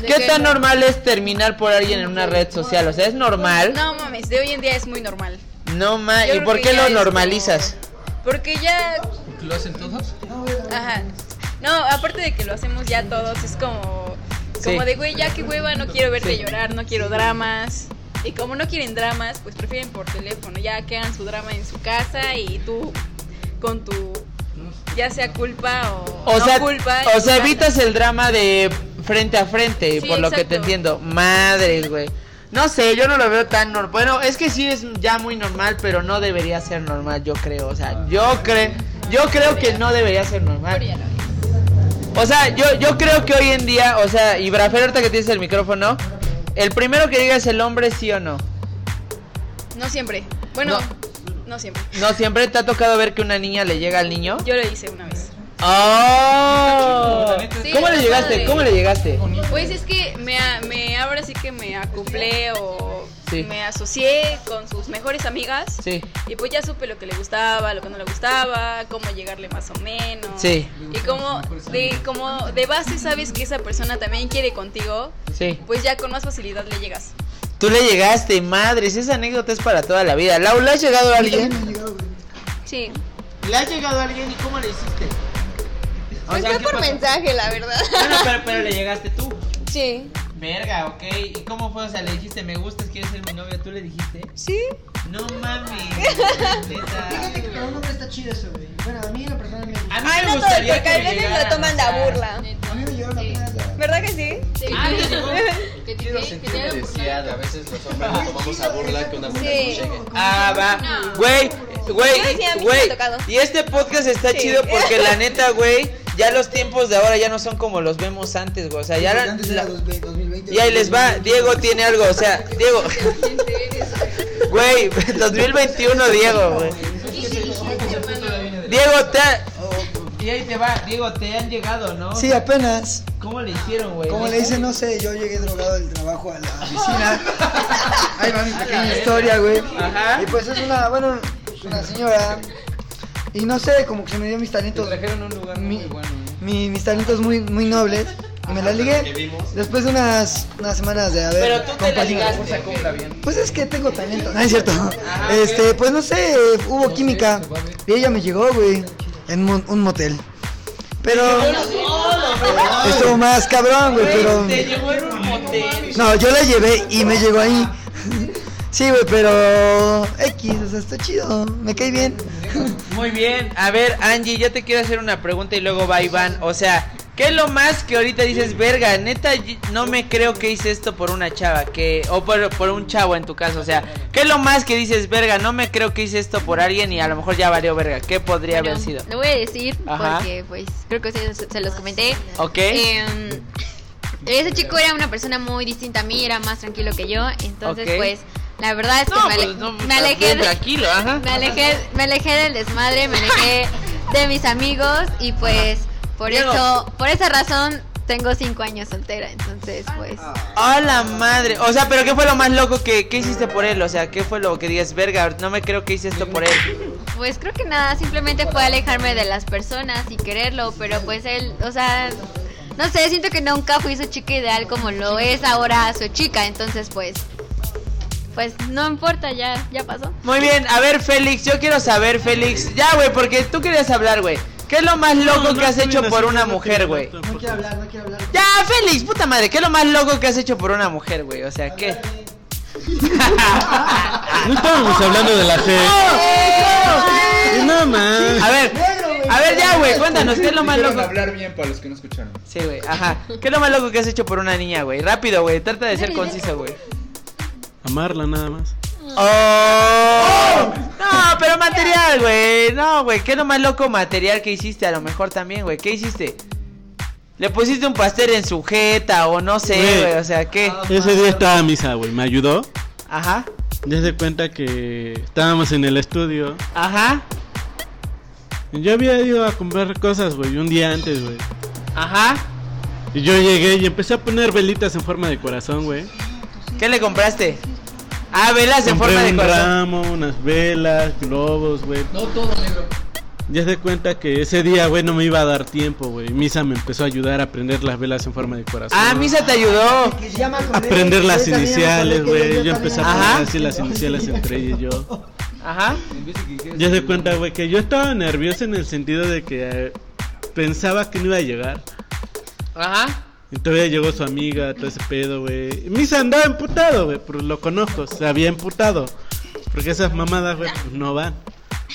[SPEAKER 2] ¿Qué tan normal es terminar por alguien en una red social? O sea, ¿es normal?
[SPEAKER 4] No mames, de hoy en día es muy normal.
[SPEAKER 2] No ma,
[SPEAKER 4] Yo
[SPEAKER 2] ¿y
[SPEAKER 4] creo
[SPEAKER 2] por
[SPEAKER 4] que
[SPEAKER 2] qué
[SPEAKER 4] ya
[SPEAKER 2] lo
[SPEAKER 4] es como-
[SPEAKER 2] normalizas?
[SPEAKER 4] Porque ya
[SPEAKER 11] ¿Lo hacen todos?
[SPEAKER 4] Ajá. No, aparte de que lo hacemos ya todos, es como,
[SPEAKER 2] Sí.
[SPEAKER 4] como de, güey, ya que hueva, no quiero verte
[SPEAKER 2] Sí.
[SPEAKER 4] llorar, no quiero dramas. Y como no quieren dramas, pues prefieren por teléfono, ya que hagan su drama en su casa y tú con tu, ya sea culpa o,
[SPEAKER 2] O
[SPEAKER 4] no
[SPEAKER 2] sea,
[SPEAKER 4] culpa.
[SPEAKER 2] o sea,
[SPEAKER 4] y-
[SPEAKER 2] evitas el drama de frente a frente,
[SPEAKER 4] Sí,
[SPEAKER 2] por lo que te
[SPEAKER 4] exacto.
[SPEAKER 2] entiendo. Madres, güey. No sé, yo no lo veo tan normal. Bueno, es que sí es ya muy normal, pero no debería ser normal, yo creo. O sea, yo creo, yo creo que no debería ser normal. O sea, yo, yo creo que hoy en día, o sea, y Brafel, ahorita que tienes el micrófono, el primero que diga es el hombre sí o no.
[SPEAKER 4] No siempre. Bueno, no, siempre.
[SPEAKER 2] No siempre te ha tocado ver que una niña le llega al niño.
[SPEAKER 4] Yo lo hice una vez.
[SPEAKER 2] ¡Oh!
[SPEAKER 4] Sí,
[SPEAKER 2] ¿Cómo le
[SPEAKER 4] está
[SPEAKER 2] llegaste?
[SPEAKER 4] padre.
[SPEAKER 2] ¿Cómo le llegaste?
[SPEAKER 4] Pues es que me, a- me ahora sí que me acoplé o
[SPEAKER 2] Sí.
[SPEAKER 4] me asocié con sus mejores amigas.
[SPEAKER 2] Sí.
[SPEAKER 4] Y pues ya supe lo que le gustaba, lo que no le gustaba, cómo llegarle más o menos.
[SPEAKER 2] Sí.
[SPEAKER 4] Y como de, como de base sabes que esa persona también quiere contigo,
[SPEAKER 2] Sí.
[SPEAKER 4] pues ya con más facilidad le llegas.
[SPEAKER 2] Tú le llegaste, madres, esa anécdota es para toda la vida. Laura, ¿le has llegado a alguien?
[SPEAKER 10] Sí.
[SPEAKER 2] ¿Le has llegado a alguien y cómo le hiciste?
[SPEAKER 10] Pues fue por mensaje, la verdad.
[SPEAKER 2] Bueno, pero, pero le llegaste tú.
[SPEAKER 10] Sí.
[SPEAKER 2] Verga, ok. ¿Y cómo fue? O sea, le dijiste, me gustas, quieres ser mi novia, tú le dijiste.
[SPEAKER 10] Sí.
[SPEAKER 2] No mames.
[SPEAKER 12] Fíjate que para un hombre está chido eso, güey. Bueno, a mí la persona me gusta.
[SPEAKER 2] A mí me gustaría
[SPEAKER 10] porque
[SPEAKER 2] que
[SPEAKER 10] a
[SPEAKER 2] me
[SPEAKER 10] veces
[SPEAKER 2] llegaran,
[SPEAKER 10] lo toman de
[SPEAKER 2] o sea,
[SPEAKER 10] a burla.
[SPEAKER 12] A mí me llegó la primera vez.
[SPEAKER 10] ¿Verdad que sí?
[SPEAKER 7] Ah, ¿te llegó?
[SPEAKER 10] Sí.
[SPEAKER 9] Sentirme deseada, a veces los hombres nos tomamos a burla que una mujer nos
[SPEAKER 10] Sí.
[SPEAKER 9] llegue.
[SPEAKER 2] Ah, va. Güey,
[SPEAKER 10] Yo
[SPEAKER 2] güey,
[SPEAKER 10] sí, a mí sí me ha
[SPEAKER 2] güey.
[SPEAKER 10] tocado.
[SPEAKER 2] Y este podcast está
[SPEAKER 10] Sí.
[SPEAKER 2] chido porque la neta, güey, ya los tiempos de ahora ya no son como los vemos antes, güey. O sea, ya la-
[SPEAKER 12] Antes era
[SPEAKER 2] la-
[SPEAKER 12] 2020.
[SPEAKER 2] Y ahí les va, Diego tiene algo, o sea, Diego. Güey, 2021 Diego, güey. Diego, te ha- Y ahí te va, Diego, te han llegado, ¿no?
[SPEAKER 12] Sí, apenas.
[SPEAKER 2] ¿Cómo le hicieron, güey?
[SPEAKER 12] Como le dicen, no sé, yo llegué drogado del trabajo a la oficina. Ahí va mi pequeña
[SPEAKER 2] verga.
[SPEAKER 12] historia, güey.
[SPEAKER 2] Ajá.
[SPEAKER 12] Y pues es una, bueno, es una señora. Y no sé, como que me dio mis talentos.
[SPEAKER 2] trajeron a un lugar muy bueno. ¿eh?
[SPEAKER 12] mi- mis talentos muy, muy nobles.
[SPEAKER 8] Y me la ligué después de unas, unas semanas de haber
[SPEAKER 2] Pero tú te la
[SPEAKER 8] compartido.
[SPEAKER 2] ligaste. ¿ok?
[SPEAKER 8] Pues es que tengo talento, no
[SPEAKER 12] Ah,
[SPEAKER 8] es cierto. este, pues no sé, hubo química. Y ella me llegó, güey, en mon- un motel. Pero estuvo más cabrón, güey, pero.
[SPEAKER 2] Te llevó en un motel.
[SPEAKER 8] No, yo la llevé y me llegó ahí. Sí, güey, pero. X, o sea, está chido, me cae bien.
[SPEAKER 2] Muy bien. A ver, Angie, yo te quiero hacer una pregunta y luego va Iván. O sea, ¿qué es lo más que ahorita dices, verga? Neta, y- no me creo que hice esto por una chava, que o por, por un chavo en tu caso. O sea, ¿qué es lo más que dices, verga? No me creo que hice esto por alguien y a lo mejor ya valió verga. ¿Qué podría
[SPEAKER 7] Bueno,
[SPEAKER 2] haber sido?
[SPEAKER 7] Lo voy a decir
[SPEAKER 2] Ajá.
[SPEAKER 7] porque, pues, creo que se, se los comenté.
[SPEAKER 2] Ok.
[SPEAKER 7] Em, ese chico era una persona muy distinta a mí, era más tranquilo que yo. Entonces,
[SPEAKER 2] Ok.
[SPEAKER 7] pues, la verdad es que
[SPEAKER 2] No,
[SPEAKER 7] me, ale-
[SPEAKER 2] pues, no,
[SPEAKER 7] me alejé
[SPEAKER 2] bien
[SPEAKER 7] de-
[SPEAKER 2] tranquilo, ajá.
[SPEAKER 7] Me alejé, me alejé del desmadre, me alejé de mis amigos y, pues, por
[SPEAKER 2] Diego.
[SPEAKER 7] eso, por esa razón, tengo cinco años soltera. Entonces, pues,
[SPEAKER 2] ¡A la madre! O sea, ¿pero qué fue lo más loco que, que hiciste por él? O sea, ¿qué fue lo que dices, verga? No me creo que hice esto por él.
[SPEAKER 7] pues creo que nada, simplemente fue alejarme de las personas y quererlo, pero pues él, o sea, no sé, siento que nunca fui su chica ideal como lo es ahora su chica, entonces pues, pues no importa, ya, ya pasó.
[SPEAKER 2] Muy bien, a ver, Félix, yo quiero saber, Félix. Ya, güey, porque tú querías hablar, güey. ¿Qué es lo más loco que has hecho por una mujer, güey?
[SPEAKER 12] No quiero hablar, no quiero hablar.
[SPEAKER 2] Ya, Félix, puta madre, ¿qué es lo más loco que has hecho por una mujer, güey? O sea, ¿qué?
[SPEAKER 3] No estábamos hablando de la fe.
[SPEAKER 7] Ah.
[SPEAKER 3] No más.
[SPEAKER 2] A ver, a ver, ya, güey, cuéntanos, ¿qué es lo más
[SPEAKER 6] Dijeron
[SPEAKER 2] loco?
[SPEAKER 6] hablar bien para los que no escucharon.
[SPEAKER 2] Sí, güey, ajá. ¿Qué es lo más loco que has hecho por una niña, güey? Rápido, güey, trata de ser conciso, güey.
[SPEAKER 3] Amarla nada más.
[SPEAKER 2] ¡Oh! No, pero material, güey. No, güey, ¿qué es lo más loco material que hiciste? A lo mejor también, güey, ¿qué hiciste? ¿Le pusiste un pastel en su jeta o no sé,
[SPEAKER 3] Güey.
[SPEAKER 2] güey? O sea, ¿qué?
[SPEAKER 3] Ese día estaba a misa, güey. Me ayudó.
[SPEAKER 2] Ajá.
[SPEAKER 3] Desde cuenta que estábamos en el estudio.
[SPEAKER 2] Ajá.
[SPEAKER 3] Yo había ido a comprar cosas, güey, un día antes, güey.
[SPEAKER 2] Ajá.
[SPEAKER 3] Y yo llegué y empecé a poner velitas en forma de corazón, güey.
[SPEAKER 2] ¿Qué le compraste? Ah, velas en
[SPEAKER 3] Compré
[SPEAKER 2] forma de
[SPEAKER 3] un
[SPEAKER 2] corazón.
[SPEAKER 3] ramo, unas velas, globos, güey.
[SPEAKER 2] No todo negro.
[SPEAKER 3] Ya se cuenta que ese día, güey, no me iba a dar tiempo, güey. Misa me empezó a ayudar a prender las velas en forma de corazón.
[SPEAKER 2] Ah, Misa te ayudó.
[SPEAKER 3] Aprender las iniciales, güey. Yo empecé a
[SPEAKER 2] Ajá.
[SPEAKER 3] poner así las iniciales entre ella y yo.
[SPEAKER 2] Ajá.
[SPEAKER 3] Ya se cuenta, güey, que yo estaba nervioso en el sentido de que eh, pensaba que no iba a llegar.
[SPEAKER 2] Ajá.
[SPEAKER 3] Y todavía llegó su amiga, todo ese pedo, güey. Misa andaba emputado, güey, pero lo conozco, se había emputado. Porque esas mamadas, güey, pues no van.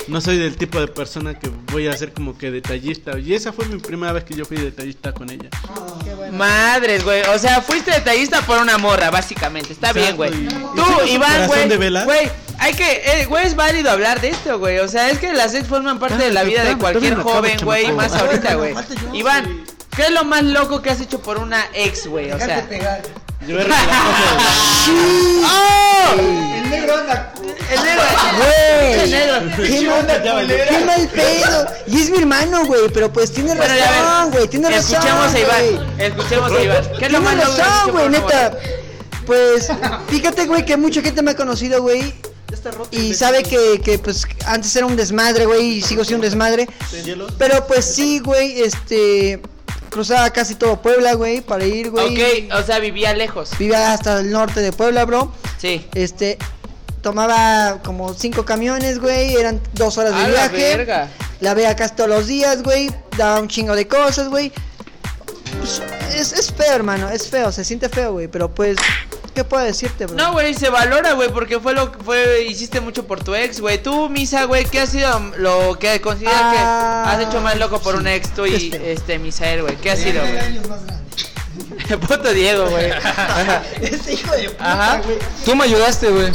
[SPEAKER 3] No soy del tipo de persona que voy a ser como que detallista. Y esa fue mi primera vez que yo fui detallista con ella.
[SPEAKER 2] Madres, güey. O sea, fuiste detallista por una morra, básicamente. Está
[SPEAKER 3] Exacto,
[SPEAKER 2] bien, güey.
[SPEAKER 3] y-
[SPEAKER 2] Tú,
[SPEAKER 3] ¿Hicimos un
[SPEAKER 2] Iván,
[SPEAKER 3] corazón
[SPEAKER 2] güey.
[SPEAKER 3] de vela?
[SPEAKER 2] Güey, hay que. eh, güey, es válido hablar de esto, güey. O sea, es que las ex forman
[SPEAKER 3] Ah,
[SPEAKER 2] parte de la vida de
[SPEAKER 3] Espérame,
[SPEAKER 2] cualquier
[SPEAKER 3] espérame, acabo,
[SPEAKER 2] joven, güey. y
[SPEAKER 3] chamaco.
[SPEAKER 2] Más ahorita, güey. Iván, ¿qué es lo más loco que has hecho por una ex, güey? O sea. ¡Oh!
[SPEAKER 12] El negro anda.
[SPEAKER 2] El negro.
[SPEAKER 8] Güey,
[SPEAKER 2] Pinche
[SPEAKER 8] qué
[SPEAKER 2] onda
[SPEAKER 8] mal,
[SPEAKER 2] culera.
[SPEAKER 8] qué mal pedo. Y es mi hermano, güey, pero pues tiene
[SPEAKER 2] Bueno, ya ves.
[SPEAKER 8] razón, güey, tiene razón.
[SPEAKER 2] Escuchemos a
[SPEAKER 8] güey.
[SPEAKER 2] Iván. Escuchemos a Iván. ¿Qué es
[SPEAKER 8] Tiene
[SPEAKER 2] lo más loco que has
[SPEAKER 8] razón,
[SPEAKER 2] hecho por
[SPEAKER 8] güey,
[SPEAKER 2] una morra?
[SPEAKER 8] neta. Pues, fíjate, güey, que mucha gente me ha conocido, güey. Y sabe que, que, pues, antes era un desmadre, güey, y sigo siendo un desmadre. Pero, pues, sí, güey, este... Cruzaba casi todo Puebla, güey, para ir, güey.
[SPEAKER 2] Ok, o sea, vivía lejos.
[SPEAKER 8] Vivía hasta el norte de Puebla, bro.
[SPEAKER 2] Sí.
[SPEAKER 8] Este, tomaba como cinco camiones, güey, eran dos horas de
[SPEAKER 2] A la
[SPEAKER 8] viaje.
[SPEAKER 2] verga.
[SPEAKER 8] La veía casi todos los días, güey. Daba un chingo de cosas, güey. Pues, es, es feo, hermano. Es feo. Se siente feo, güey. Pero pues, ¿qué puedo decirte, bro?
[SPEAKER 2] No, güey, se valora, güey, porque fue lo que fue, hiciste mucho por tu ex, güey. Tú, Misa, güey, ¿qué ha sido lo que consideras
[SPEAKER 5] Ah.
[SPEAKER 2] que has hecho más loco por un ex tú y este Misael, güey? ¿Qué ha sido, güey? Puto Diego, güey. Ajá.
[SPEAKER 12] Ese hijo de puta,
[SPEAKER 2] Ajá.
[SPEAKER 12] güey.
[SPEAKER 2] Tú me ayudaste, güey.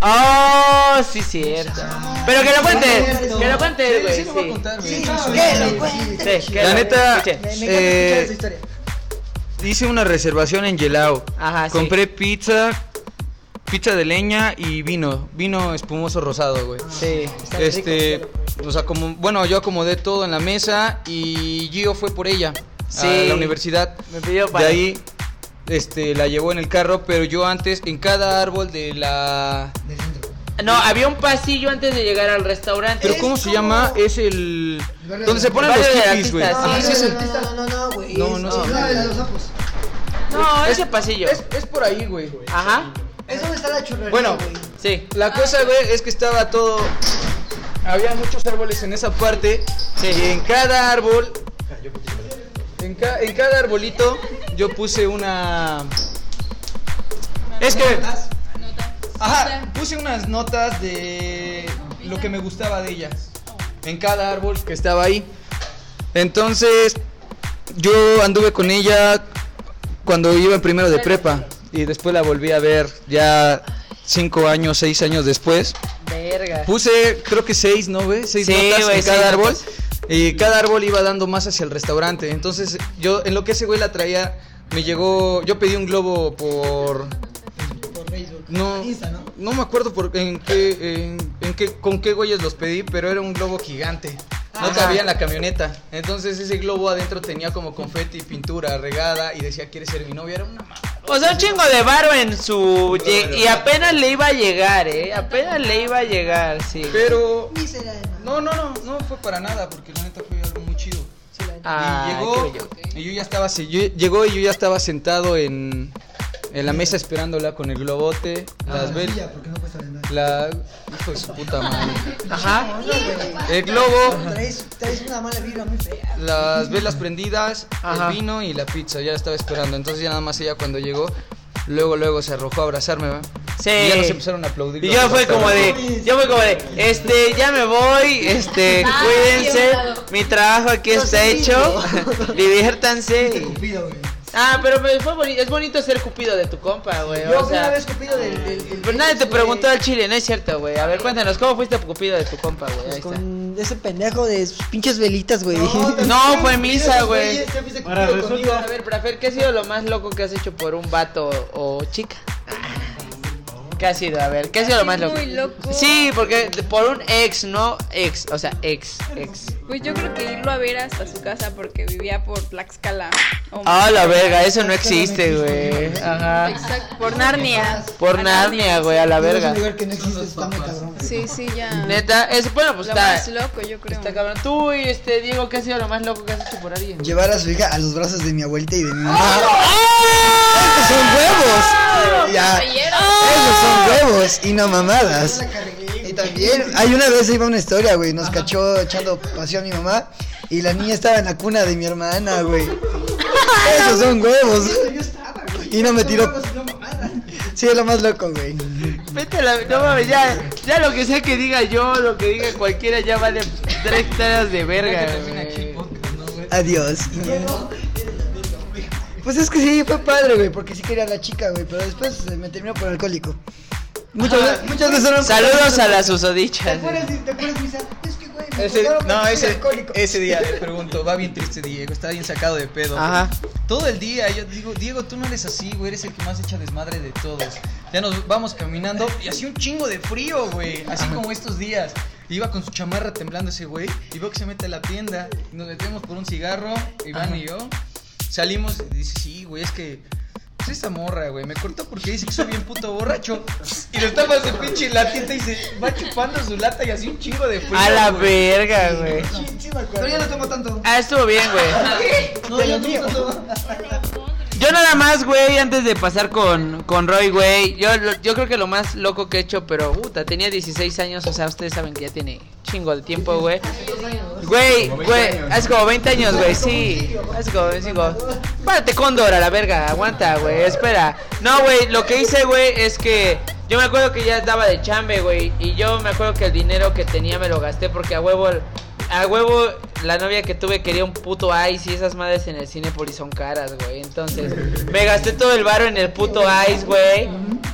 [SPEAKER 5] Ah,
[SPEAKER 2] Oh, sí, cierto. Pero que lo cuentes,
[SPEAKER 12] Cierto.
[SPEAKER 2] que lo cuentes,
[SPEAKER 12] Sí, sí
[SPEAKER 2] güey.
[SPEAKER 12] lo voy a contar, güey. Sí, sí,
[SPEAKER 8] que
[SPEAKER 12] sí,
[SPEAKER 8] lo
[SPEAKER 12] cuente.
[SPEAKER 2] Sí, que
[SPEAKER 5] La
[SPEAKER 2] lo
[SPEAKER 5] neta,
[SPEAKER 2] escuche.
[SPEAKER 8] Me, me encanta
[SPEAKER 5] Eh,
[SPEAKER 8] escuchar esa historia.
[SPEAKER 5] Hice una reservación en Yelao.
[SPEAKER 2] Ajá, sí.
[SPEAKER 5] Compré pizza, pizza de leña y vino, vino espumoso rosado, güey.
[SPEAKER 2] Sí. Está
[SPEAKER 5] Este, o sea, como, bueno, yo acomodé todo en la mesa y Gio fue por ella a
[SPEAKER 2] Sí.
[SPEAKER 5] la universidad.
[SPEAKER 2] Me pidió
[SPEAKER 5] De
[SPEAKER 2] para.
[SPEAKER 5] ahí, este, la llevó en el carro, pero yo antes, en cada árbol de la...
[SPEAKER 2] No, había un pasillo antes de llegar al restaurante.
[SPEAKER 5] ¿Pero cómo se llama? Es el...
[SPEAKER 2] barrio
[SPEAKER 5] Donde
[SPEAKER 2] de-
[SPEAKER 5] se ponen
[SPEAKER 2] el
[SPEAKER 5] los
[SPEAKER 2] barrio de
[SPEAKER 5] hippies, güey.
[SPEAKER 2] artistas,
[SPEAKER 5] Ah,
[SPEAKER 2] sí,
[SPEAKER 5] sí,
[SPEAKER 2] sí,
[SPEAKER 5] sí.
[SPEAKER 2] sí.
[SPEAKER 8] No, no, no, güey.
[SPEAKER 5] No, no,
[SPEAKER 8] es-
[SPEAKER 5] no.
[SPEAKER 8] es la de los sapos.
[SPEAKER 2] No, ese pasillo.
[SPEAKER 5] Es, es por ahí, güey.
[SPEAKER 2] Ajá.
[SPEAKER 12] Es donde está la churrería.
[SPEAKER 5] Bueno,
[SPEAKER 2] sí.
[SPEAKER 5] La cosa, güey, es que estaba todo. Había muchos árboles en esa parte. Y en cada árbol. En, ca- en cada arbolito yo puse una. Es que. Ajá, puse unas notas de lo que me gustaba de ella. En cada árbol que estaba ahí. Entonces, yo anduve con ella cuando iba en primero de prepa. Y después la volví a ver ya cinco años, seis años después.
[SPEAKER 2] Verga.
[SPEAKER 5] Puse, creo que seis, ¿no, güey? Seis
[SPEAKER 2] Sí,
[SPEAKER 5] notas
[SPEAKER 2] güey,
[SPEAKER 5] en cada
[SPEAKER 2] seis
[SPEAKER 5] árbol.
[SPEAKER 2] notas.
[SPEAKER 5] Y cada árbol iba dando más hacia el restaurante. Entonces, yo, en lo que ese güey la traía, me llegó. Yo pedí un globo por. No, no me acuerdo por, en qué, en, en qué, con qué güeyes los pedí, pero era un globo gigante. No
[SPEAKER 12] Ah.
[SPEAKER 2] Ajá.
[SPEAKER 5] cabía en la camioneta. Entonces ese globo adentro tenía como confeti, pintura regada y decía, ¿quieres ser mi novia? Era una
[SPEAKER 2] O sea, Pues un chingo de varo en su. lle- Y apenas le iba a llegar, ¿eh? Apenas le iba a llegar, sí.
[SPEAKER 5] Pero. No, no, no, no fue para nada, porque la neta fue algo muy chido.
[SPEAKER 2] Ah,
[SPEAKER 5] y llegó, y yo ya estaba, se- yo- llegó y yo ya estaba sentado en, en la mesa esperándola con el globote, las velas,
[SPEAKER 12] Ah, Porque no cuesta nada.
[SPEAKER 5] la... Hijo de su puta madre.
[SPEAKER 12] No, no, güey.
[SPEAKER 5] El globo.
[SPEAKER 12] Traes, traes una mala vibra muy fea.
[SPEAKER 5] Las velas prendidas, el vino y la pizza, ya la estaba esperando. Entonces ya nada más ella cuando llegó, luego, luego se arrojó a abrazarme, ¿va?
[SPEAKER 2] Sí.
[SPEAKER 5] Y ya nos empezaron a aplaudir.
[SPEAKER 2] Y ya fue como de, ya fue como de, este, ya me voy, este,
[SPEAKER 5] Ah,
[SPEAKER 2] cuídense,
[SPEAKER 5] bien dado.
[SPEAKER 2] mi trabajo aquí
[SPEAKER 5] Lo
[SPEAKER 2] está
[SPEAKER 5] sentí.
[SPEAKER 2] hecho, diviértanse. Ah, pero pues, fue boni- es bonito ser cupido de tu compa, güey,
[SPEAKER 12] Yo
[SPEAKER 2] o
[SPEAKER 12] fui una
[SPEAKER 2] sea,
[SPEAKER 12] vez cupido del. del, del-
[SPEAKER 2] pues nadie te preguntó al chile, no es cierto, güey, a ver, cuéntanos, ¿cómo fuiste cupido de tu compa, güey? Ahí está.
[SPEAKER 8] Pues, Con ese pendejo de sus pinches velitas, güey.
[SPEAKER 2] No, fue misa, güey. este
[SPEAKER 8] Ahora cupido resulta- conmigo.
[SPEAKER 2] A ver, Prafer, ¿qué ha sido lo más loco que has hecho por un vato o chica? ¿Qué ha sido? A ver, ¿qué ha sido lo más loco?
[SPEAKER 10] Muy loco.
[SPEAKER 2] Sí, porque por un ex, no ex, o sea, ex, ex.
[SPEAKER 4] Pues yo creo que irlo a ver hasta su casa porque vivía por Tlaxcala. o-
[SPEAKER 2] Ah, la verga, eso no existe, güey. Ajá.
[SPEAKER 4] Exacto, por Narnia.
[SPEAKER 2] Por Narnia, Ah, güey, a la verga.
[SPEAKER 12] que no existe, está muy cabrón.
[SPEAKER 4] Sí, sí, ya.
[SPEAKER 2] Neta, eso, bueno, pues
[SPEAKER 4] Lo
[SPEAKER 2] está.
[SPEAKER 4] más loco, yo creo.
[SPEAKER 2] Está cabrón. Tú y este Diego, ¿qué ha sido lo más loco que has hecho por alguien?
[SPEAKER 12] Llevar a su hija a los brazos de mi abuelita y de mi mamá.
[SPEAKER 2] ¡Ah! ¡Estos
[SPEAKER 12] son
[SPEAKER 2] ¡Ah!
[SPEAKER 12] huevos! Ya. Esos
[SPEAKER 2] ¡Oh!
[SPEAKER 12] son huevos y no mamadas. Y también, hay una vez iba una historia, güey. Nos cachó echando pasión mi mamá. Y la niña estaba en la cuna de mi hermana, güey. Esos son huevos. Y no me tiró. Sí, es lo más loco, güey.
[SPEAKER 2] Vete a la. No mames, ya, ya lo que sea que diga yo, lo que diga cualquiera, ya vale tres hectáreas de verga, güey.
[SPEAKER 12] Adiós. Pues es que sí, fue padre, güey, porque sí quería a la chica, güey, pero después eh, me terminó por alcohólico. Muchas, ve- muchas veces eran-
[SPEAKER 2] Saludos a las usodichas.
[SPEAKER 12] ¿Te acuerdas, Misa? Es que, güey, me
[SPEAKER 5] Ese,
[SPEAKER 12] contaron que
[SPEAKER 5] no,
[SPEAKER 12] soy
[SPEAKER 5] ese,
[SPEAKER 12] alcohólico.
[SPEAKER 5] ese día le pregunto, va bien triste Diego, está bien sacado de pedo.
[SPEAKER 2] Ajá.
[SPEAKER 5] Todo el día, yo digo, Diego, tú no eres así, güey, eres el que más echa desmadre de todos. Ya nos vamos caminando y hacía un chingo de frío, güey, así como estos días. Iba con su chamarra temblando ese güey y veo que se mete a la tienda. Nos metemos por un cigarro, Iván
[SPEAKER 2] Ajá.
[SPEAKER 5] y yo. Salimos y dice, sí, güey, es que... Pues esta morra, güey, me cortó porque dice que soy bien puto borracho. Y le tapas de pinche latita y se va chupando su lata y así un chingo de frío.
[SPEAKER 2] A la
[SPEAKER 5] güey.
[SPEAKER 2] verga, güey.
[SPEAKER 12] Pero ya no tomo tanto.
[SPEAKER 2] Ah, estuvo bien, güey.
[SPEAKER 12] No, ya no tomo tanto.
[SPEAKER 2] Yo nada más, güey, antes de pasar con, con Roy, güey. Yo, lo- yo creo que lo más loco que he hecho, pero puta, tenía 16 años, o sea, ustedes saben que ya tiene chingo de tiempo, güey. Güey, güey, hace como 20 años, güey, sí. Hace como 25. Párate, cóndor, a la verga, aguanta, güey, espera. No, güey, lo que hice, güey, es que yo me acuerdo que ya estaba de chambe, güey. Y yo me acuerdo que el dinero que tenía me lo gasté porque a huevo, a huevo, la novia que tuve quería un puto ice y esas madres en el cine por son caras, güey. Entonces, me gasté todo el varo en el puto ice, güey.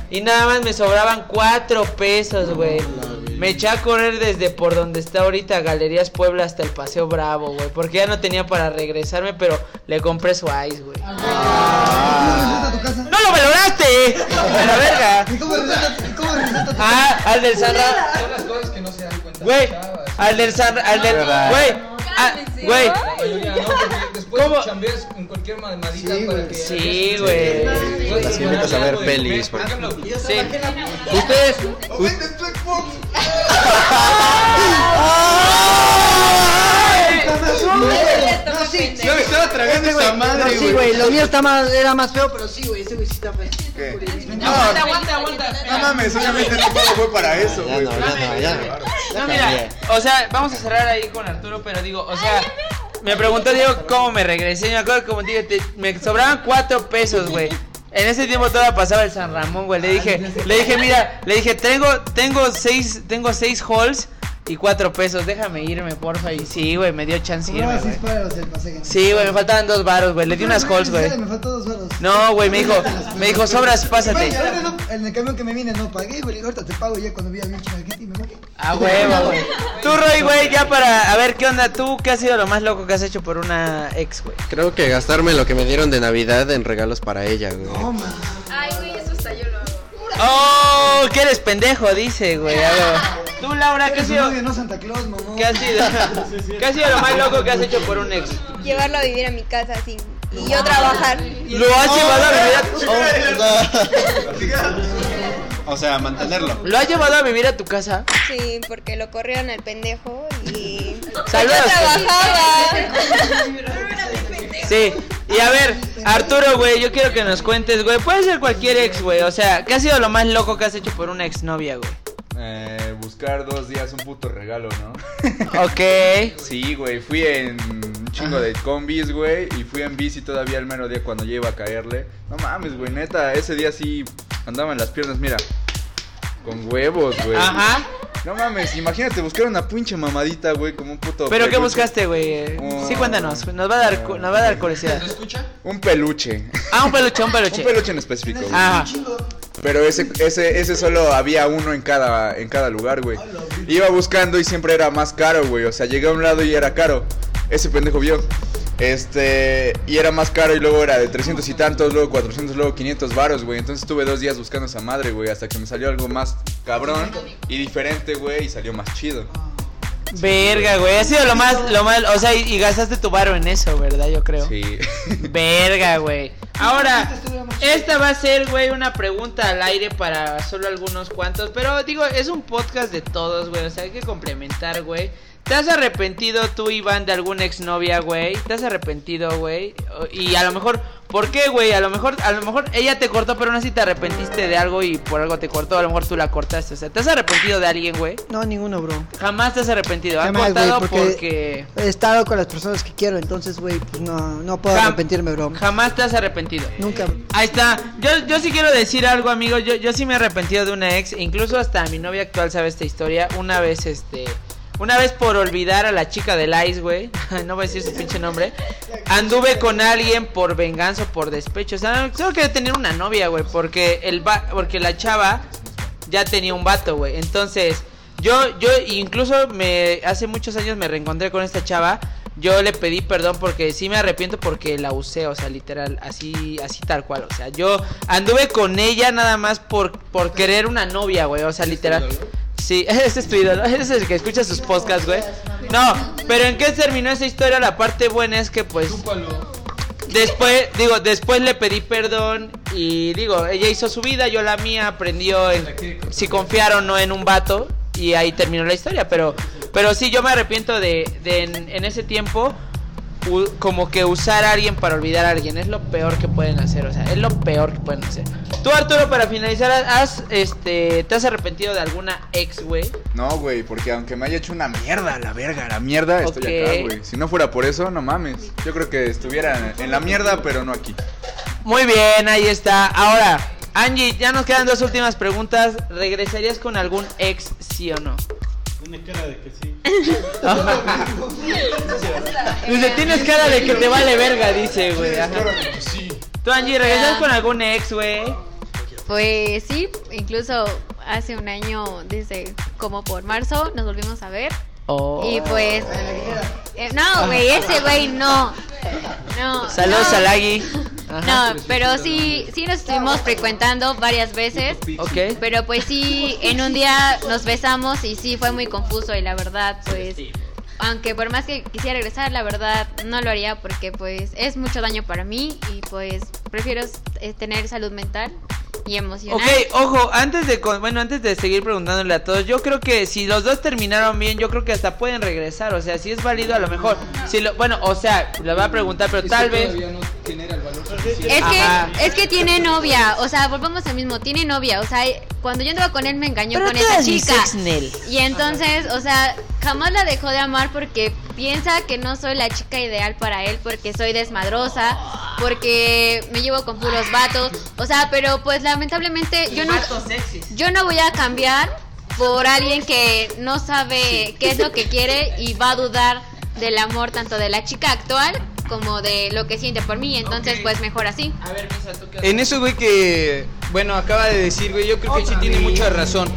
[SPEAKER 2] Y nada más me sobraban cuatro pesos, güey. Me eché a correr desde por donde está ahorita Galerías Puebla hasta el Paseo Bravo, güey. Porque ya no tenía para regresarme, pero le compré su ice, güey. ¡No lo valoraste! ¡A la verga!
[SPEAKER 12] ¿Y cómo regresaste? ¿Y cómo regresaste? a tu
[SPEAKER 2] Ah,
[SPEAKER 12] casa?
[SPEAKER 2] al del Sarra.
[SPEAKER 5] Son las cosas que no se dan cuenta.
[SPEAKER 2] Güey, al del San, al del,
[SPEAKER 5] ¿Verdad?
[SPEAKER 2] güey, ah, güey.
[SPEAKER 5] La mayoría, ¿no? Porque después chambeas en cualquier mamadita para que. este
[SPEAKER 2] Sí, güey.
[SPEAKER 5] Las que metas a ver pelis, por
[SPEAKER 2] Sí.
[SPEAKER 5] Ustedes.
[SPEAKER 12] No, sí,
[SPEAKER 5] Yo estaba tragando
[SPEAKER 8] Este,
[SPEAKER 5] esa
[SPEAKER 8] güey,
[SPEAKER 5] madre,
[SPEAKER 8] no,
[SPEAKER 5] güey.
[SPEAKER 8] sí, güey, lo mío está más, era más feo, pero sí, güey, ese güey sí está feo.
[SPEAKER 5] No, aguanta, aguanta,
[SPEAKER 6] No mames, obviamente no todo fue para eso, güey.
[SPEAKER 9] no, ya no, ya no.
[SPEAKER 2] No, mira, o sea, vamos a cerrar ahí con Arturo, pero digo, o sea, me preguntó Diego cómo me regresé. Me acuerdo como dije, te- me sobraban cuatro pesos, güey. En ese tiempo todavía pasaba el San Ramón, güey. Le dije, le dije, mira, le dije, tengo, tengo seis, tengo seis halls y cuatro pesos. Déjame irme, porfa. Y sí, güey, me dio chance de irme,
[SPEAKER 12] Cobraba
[SPEAKER 2] güey.
[SPEAKER 12] seis paros del pasaje.
[SPEAKER 2] Sí, güey, me faltaban dos varos, güey. Le di unas halls, güey.
[SPEAKER 12] Me faltó dos varos.
[SPEAKER 2] No, güey, me dijo, me dijo, sobras, pásate.
[SPEAKER 12] Güey, ahorita no- En el camión que me vine no pagué, güey. le digo, Ahorita te pago ya cuando vi a mi gente y me morí.
[SPEAKER 2] A huevo, Ah, güey. Tú, Roy, güey, ya para. A ver, ¿qué onda? ¿Tú qué has sido lo más loco que has hecho por una ex, güey?
[SPEAKER 9] Creo que gastarme lo que me dieron de Navidad en regalos para ella, güey.
[SPEAKER 4] Ay, güey, eso está yo lo hago.
[SPEAKER 2] ¡Oh! Que eres pendejo, dice, güey. A ver. Tú, Laura, ¿qué has sido?
[SPEAKER 12] No, Santa Claus, mamón.
[SPEAKER 2] ¿Qué ha sido? ¿Qué ha sido lo más loco que has hecho por un ex?
[SPEAKER 10] Llevarlo a vivir a mi casa así. Y yo trabajar.
[SPEAKER 2] ¿Lo has llevado a vivir
[SPEAKER 11] Oh, O sea, mantenerlo.
[SPEAKER 2] a... ¿Lo has llevado a vivir a tu casa?
[SPEAKER 10] Sí, porque lo corrieron al pendejo y.
[SPEAKER 2] Saludos.
[SPEAKER 10] Yo trabajaba.
[SPEAKER 2] Sí. Y a ver, Arturo, güey, yo quiero que nos cuentes, güey. Puede ser cualquier ex, güey. O sea, ¿qué ha sido lo más loco que has hecho por una exnovia, güey?
[SPEAKER 6] Eh, buscar dos días un puto regalo, ¿no?
[SPEAKER 2] Ok.
[SPEAKER 6] Sí, güey, fui en un chingo de combis, güey, y fui en bici todavía el mero día cuando ya iba a caerle. No mames, güey, neta, ese día sí andaban las piernas, mira, con huevos, güey.
[SPEAKER 2] Ajá.
[SPEAKER 6] No mames, imagínate buscar una pinche mamadita, güey, como un puto.
[SPEAKER 2] ¿Pero qué
[SPEAKER 6] peluche.
[SPEAKER 2] buscaste, güey?
[SPEAKER 11] Oh.
[SPEAKER 2] Sí, cuéntanos. Nos va a dar, cu- nos va a dar curiosidad.
[SPEAKER 6] Un peluche.
[SPEAKER 2] Ah, un peluche, un peluche.
[SPEAKER 6] Un peluche en específico, güey.
[SPEAKER 2] Ajá.
[SPEAKER 6] Pero ese, ese, ese solo había uno en cada, en cada lugar, güey. Iba buscando y siempre era más caro, güey. O sea, llegué a un lado y era caro. Ese pendejo vio. Este, y era más caro y luego era de 300 y tantos, luego 400, luego 500 varos, güey. Entonces estuve dos días buscando esa madre, güey, hasta que me salió algo más cabrón y diferente, güey, y salió más chido.
[SPEAKER 2] Verga, güey. Ha sido lo más, lo más, o sea, y, y gastaste tu varo en eso, ¿verdad? Yo creo.
[SPEAKER 6] Sí.
[SPEAKER 2] Verga, güey. Ahora, esta va a ser, güey, una pregunta al aire para solo algunos cuantos. Pero digo, es un podcast de todos, güey. O sea, hay que complementar, güey. ¿Te has arrepentido tú, Iván, de alguna exnovia, güey? ¿Te has arrepentido, güey? O- Y a lo mejor, ¿por qué, güey? A lo mejor, a lo mejor ella te cortó, pero aún así te arrepentiste de algo y por algo te cortó. A lo mejor tú la cortaste. O sea, ¿te has arrepentido de alguien, güey?
[SPEAKER 8] No, ninguno, bro.
[SPEAKER 2] Jamás te has arrepentido. Has
[SPEAKER 8] Jamás, güey,
[SPEAKER 2] cortado
[SPEAKER 8] porque-
[SPEAKER 2] porque...
[SPEAKER 8] He estado con las personas que quiero, entonces, güey, pues no, no puedo
[SPEAKER 2] Jam-
[SPEAKER 8] arrepentirme, bro.
[SPEAKER 2] Jamás te has arrepentido.
[SPEAKER 8] Nunca.
[SPEAKER 2] Ahí está. Yo, yo sí quiero decir algo, amigos. Yo, yo sí me he arrepentido de una ex. Incluso hasta mi novia actual sabe esta historia. Una vez, este. Una vez por olvidar a la chica del Ice, güey. no voy a decir su pinche nombre. Anduve con alguien por venganza o por despecho. O sea, solo quería tener una novia, güey. Porque, el va- porque la chava ya tenía un vato, güey. Entonces, yo, yo incluso me hace muchos años me reencontré con esta chava. Yo le pedí perdón porque sí me arrepiento porque la usé, o sea, literal, así, así tal cual. O sea, yo anduve con ella nada más por, por querer una novia, güey. O sea, literal. Sí, ese es tu ídolo, ese es el que escucha sus podcasts, güey. No, pero ¿en qué terminó esa historia? La parte buena es que pues... Después, digo, después le pedí perdón y digo, ella hizo su vida, yo la mía, aprendió en- si confiar o no en un vato y ahí terminó la historia, pero pero sí yo me arrepiento de, de en, en ese tiempo u- como que usar a alguien para olvidar a alguien, es lo peor que pueden hacer, o sea, es lo peor que pueden hacer. Tú Arturo para finalizar, has este te has arrepentido de alguna ex, güey?
[SPEAKER 6] No, güey, porque aunque me haya hecho una mierda, la verga, la mierda, estoy
[SPEAKER 2] Ok.
[SPEAKER 6] acá, güey. Si no fuera por eso, no mames. Yo creo que estuviera en la mierda, pero no aquí.
[SPEAKER 2] Muy bien, ahí está. Ahora, Angie, ya nos quedan dos últimas preguntas. ¿Regresarías con algún ex sí o no?
[SPEAKER 3] Tiene cara de que sí.
[SPEAKER 2] Dice, tienes cara de que te vale verga, dice, güey. Ajá. Tú, Angie, ¿regresas con algún ex, güey?
[SPEAKER 7] Pues sí, incluso hace un año, desde como por marzo, nos volvimos a ver. Y pues. eh, no, güey, ese güey no. No.
[SPEAKER 2] Saludos
[SPEAKER 7] no.
[SPEAKER 2] a Lagui.
[SPEAKER 7] No, pero sí, sí nos estuvimos frecuentando varias veces.
[SPEAKER 2] Ok.
[SPEAKER 7] Pero pues sí, en un día nos besamos y sí, fue muy confuso y la verdad, pues, aunque por más que quisiera regresar, la verdad no lo haría porque pues es mucho daño para mí y pues prefiero eh, tener salud mental y emocional.
[SPEAKER 2] Ok, ojo, antes de con- bueno, antes de seguir preguntándole a todos, yo creo que si los dos terminaron bien, yo creo que hasta pueden regresar, o sea, si es válido a lo mejor. Si lo, bueno, o sea, le va a preguntar, pero tal vez
[SPEAKER 7] Es
[SPEAKER 2] Ajá.
[SPEAKER 7] que, es que tiene novia, o sea, volvamos al mismo, tiene novia, o sea, eh, cuando yo andaba con él me engañó con esa chica. Y entonces, o sea, jamás la dejó de amar porque piensa que no soy la chica ideal para él, porque soy desmadrosa, porque me llevo con puros vatos. O sea, pero pues lamentablemente yo no, yo no voy a cambiar por alguien que no sabe qué es lo que quiere y va a dudar del amor tanto de la chica actual como de lo que siente por mí. Entonces, pues mejor así.
[SPEAKER 5] En eso, güey, que. Bueno, acaba de decir, güey, yo creo que sí tiene mucha razón.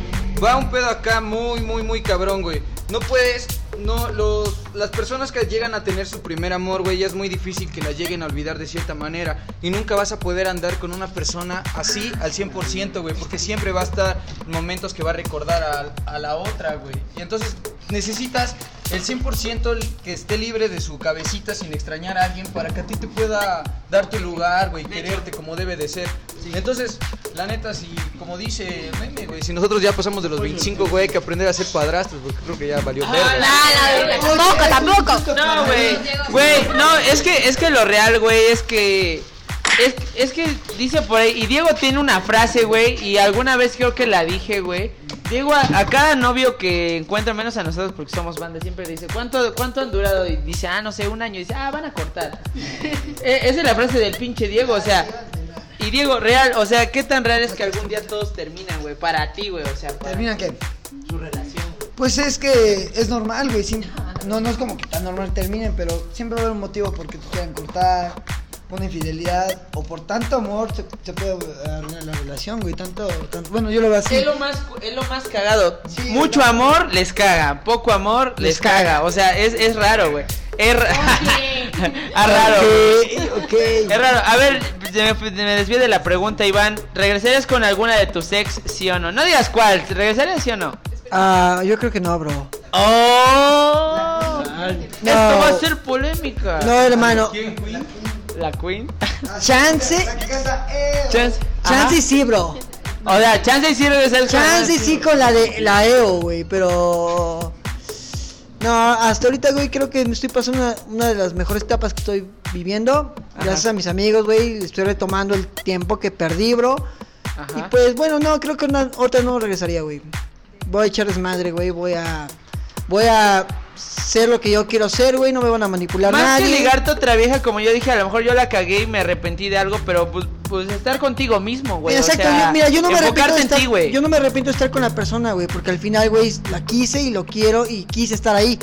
[SPEAKER 5] Va un pedo acá muy, muy, muy cabrón, güey. No puedes. No, los, las personas que llegan a tener su primer amor, güey, ya es muy difícil que las lleguen a olvidar de cierta manera. Y nunca vas a poder andar con una persona así al 100%, güey, porque siempre va a estar momentos que va a recordar a, a la otra, güey. Y entonces necesitas el 100% que esté libre de su cabecita sin extrañar a alguien para que a ti te pueda dar tu lugar, güey, quererte como debe de ser. Entonces, la neta, si, como dice el meme, güey, si nosotros ya pasamos de los 25, güey, hay que aprender a ser padrastros, porque creo que ya valió
[SPEAKER 2] Ah,
[SPEAKER 5] verga.
[SPEAKER 7] Tampoco, tampoco.
[SPEAKER 2] No, güey. Güey, no, es que, es que lo real, güey, es que. Es, es que dice por ahí. Y Diego tiene una frase, güey. Y alguna vez creo que la dije, güey. Diego, a, a cada novio que encuentra, menos a nosotros porque somos banda, siempre le dice: ¿Cuánto, ¿Cuánto han durado? Y dice: Ah, no sé, un año. Y dice: Ah, van a cortar. Eh, esa es la frase del pinche Diego, o sea. Y Diego, real, o sea, ¿qué tan real es que algún día todos terminan, güey? Para ti, güey, o sea. para-
[SPEAKER 12] ¿Terminan qué?
[SPEAKER 2] Su relación.
[SPEAKER 12] Pues es que es normal, güey. siem- No, no es como que tan normal terminen, pero siempre va a haber un motivo porque te quieran cortar, por una infidelidad o por tanto amor se, se puede arruinar la relación, güey. Tanto, tanto- bueno, yo lo veo así.
[SPEAKER 2] Es lo más, es lo más cagado. Mucho amor les caga, poco amor les, caga. O sea, es, es raro, güey. Es, ra- Ah, raro. Es raro. A ver, se me, se me desvié de la pregunta, Iván. ¿Regresarías con alguna de tus ex, sí o no? No digas cuál. ¿Regresarías, sí o no?
[SPEAKER 12] Ah, yo creo que no, bro.
[SPEAKER 2] ¡Oh! Esto
[SPEAKER 12] No.
[SPEAKER 2] va a ser polémica.
[SPEAKER 12] No, hermano.
[SPEAKER 2] ¿La Queen?
[SPEAKER 12] Chance.
[SPEAKER 2] Chance.
[SPEAKER 12] Chance y
[SPEAKER 2] Ajá.
[SPEAKER 12] sí, bro.
[SPEAKER 2] O sea, chance y sí regresar
[SPEAKER 12] Chance y sí con la de la EO, güey, pero. No, hasta ahorita, güey, creo que me estoy pasando una, una de las mejores etapas que estoy viviendo. Gracias a mis amigos, güey, estoy retomando el tiempo que perdí, bro. Y pues, bueno, no, creo que una, otra no regresaría, güey. Voy a echarles madre, güey, voy a. Voy a ser lo que yo quiero ser, güey, no me van a manipular
[SPEAKER 2] Más
[SPEAKER 12] nadie.
[SPEAKER 2] que ligarte a otra vieja, como yo dije, a lo mejor yo la cagué y me arrepentí de algo, pero pues, pues estar contigo mismo, güey. o
[SPEAKER 12] Exacto,
[SPEAKER 2] sea,
[SPEAKER 12] yo- mira, yo no me arrepiento
[SPEAKER 2] enfocarte
[SPEAKER 12] de
[SPEAKER 2] en
[SPEAKER 12] estar,
[SPEAKER 2] ti, güey.
[SPEAKER 12] yo no me arrepiento de estar con la persona, güey, porque al final, güey, la quise y lo quiero y quise estar ahí.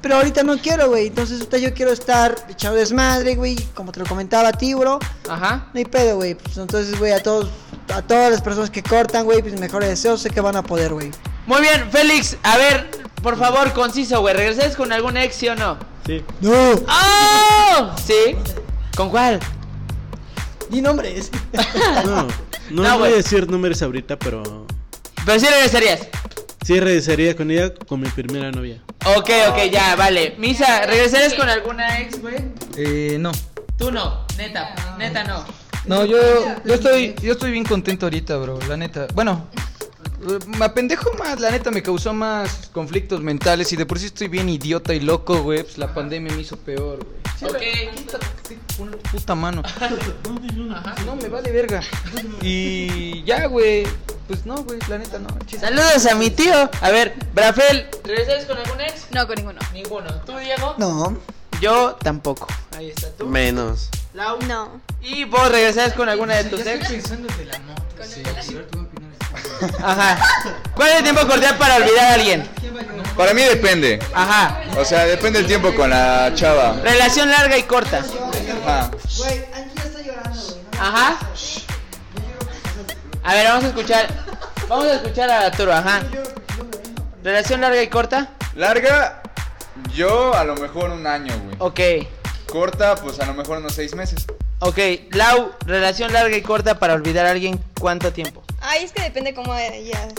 [SPEAKER 12] Pero ahorita no quiero, güey, entonces ahorita yo quiero estar echado desmadre, güey, como te lo comentaba a ti, bro.
[SPEAKER 2] Ajá.
[SPEAKER 12] No hay pedo, güey. Pues entonces, güey, a todos a todas las personas que cortan, güey, pues mejores deseos, sé que van a poder, güey.
[SPEAKER 2] Muy bien, Félix, a ver, por favor, conciso, güey. ¿Regresáis con algún ex, sí o no?
[SPEAKER 3] Sí.
[SPEAKER 12] No.
[SPEAKER 2] ¡Oh! ¿Sí? ¿Con cuál?
[SPEAKER 12] Ni nombres.
[SPEAKER 3] No, no,
[SPEAKER 2] No,
[SPEAKER 3] voy
[SPEAKER 2] güey.
[SPEAKER 3] a decir números ahorita, pero.
[SPEAKER 2] Pero sí regresarías.
[SPEAKER 3] Sí, regresaría con ella con mi primera novia.
[SPEAKER 2] Ok, ok, ya, vale. Misa, ¿regresarías con alguna ex, güey?
[SPEAKER 5] Eh, no.
[SPEAKER 2] Tú no, neta, neta no.
[SPEAKER 5] No, yo, yo estoy, yo estoy bien contento ahorita, bro, la neta. Bueno, eh, me apendejo más, la neta me causó más conflictos mentales y de por sí estoy bien idiota y loco, güey. Pues la pandemia me hizo peor, güey. Puta mano. No, me vale verga. Y ya, güey. Pues no, güey, la neta no.
[SPEAKER 2] Saludos a mi tío. A ver, Brafel, ¿regresarías con algún ex?
[SPEAKER 4] No, con ninguno.
[SPEAKER 2] Ninguno. ¿Tú, Diego?
[SPEAKER 12] No.
[SPEAKER 2] Yo tampoco. Ahí está.
[SPEAKER 9] Menos.
[SPEAKER 2] Lau. No. ¿Y vos regresás con alguna de tus ex? Ajá. ¿Cuál es el tiempo cordial para olvidar a alguien?
[SPEAKER 6] Para mí depende.
[SPEAKER 2] Ajá.
[SPEAKER 6] O sea, depende el tiempo con la chava.
[SPEAKER 2] Relación larga y corta.
[SPEAKER 6] Ah.
[SPEAKER 2] Ajá. A ver, vamos a escuchar. Vamos a escuchar a Arturo, ajá. Relación larga y corta.
[SPEAKER 6] Larga, yo a lo mejor un año, güey.
[SPEAKER 2] Ok,
[SPEAKER 6] Corta, pues a lo mejor unos seis meses.
[SPEAKER 2] ok. Lau, relación larga y corta para olvidar a alguien, ¿cuánto tiempo?
[SPEAKER 10] Ay, es que depende cómo hayas.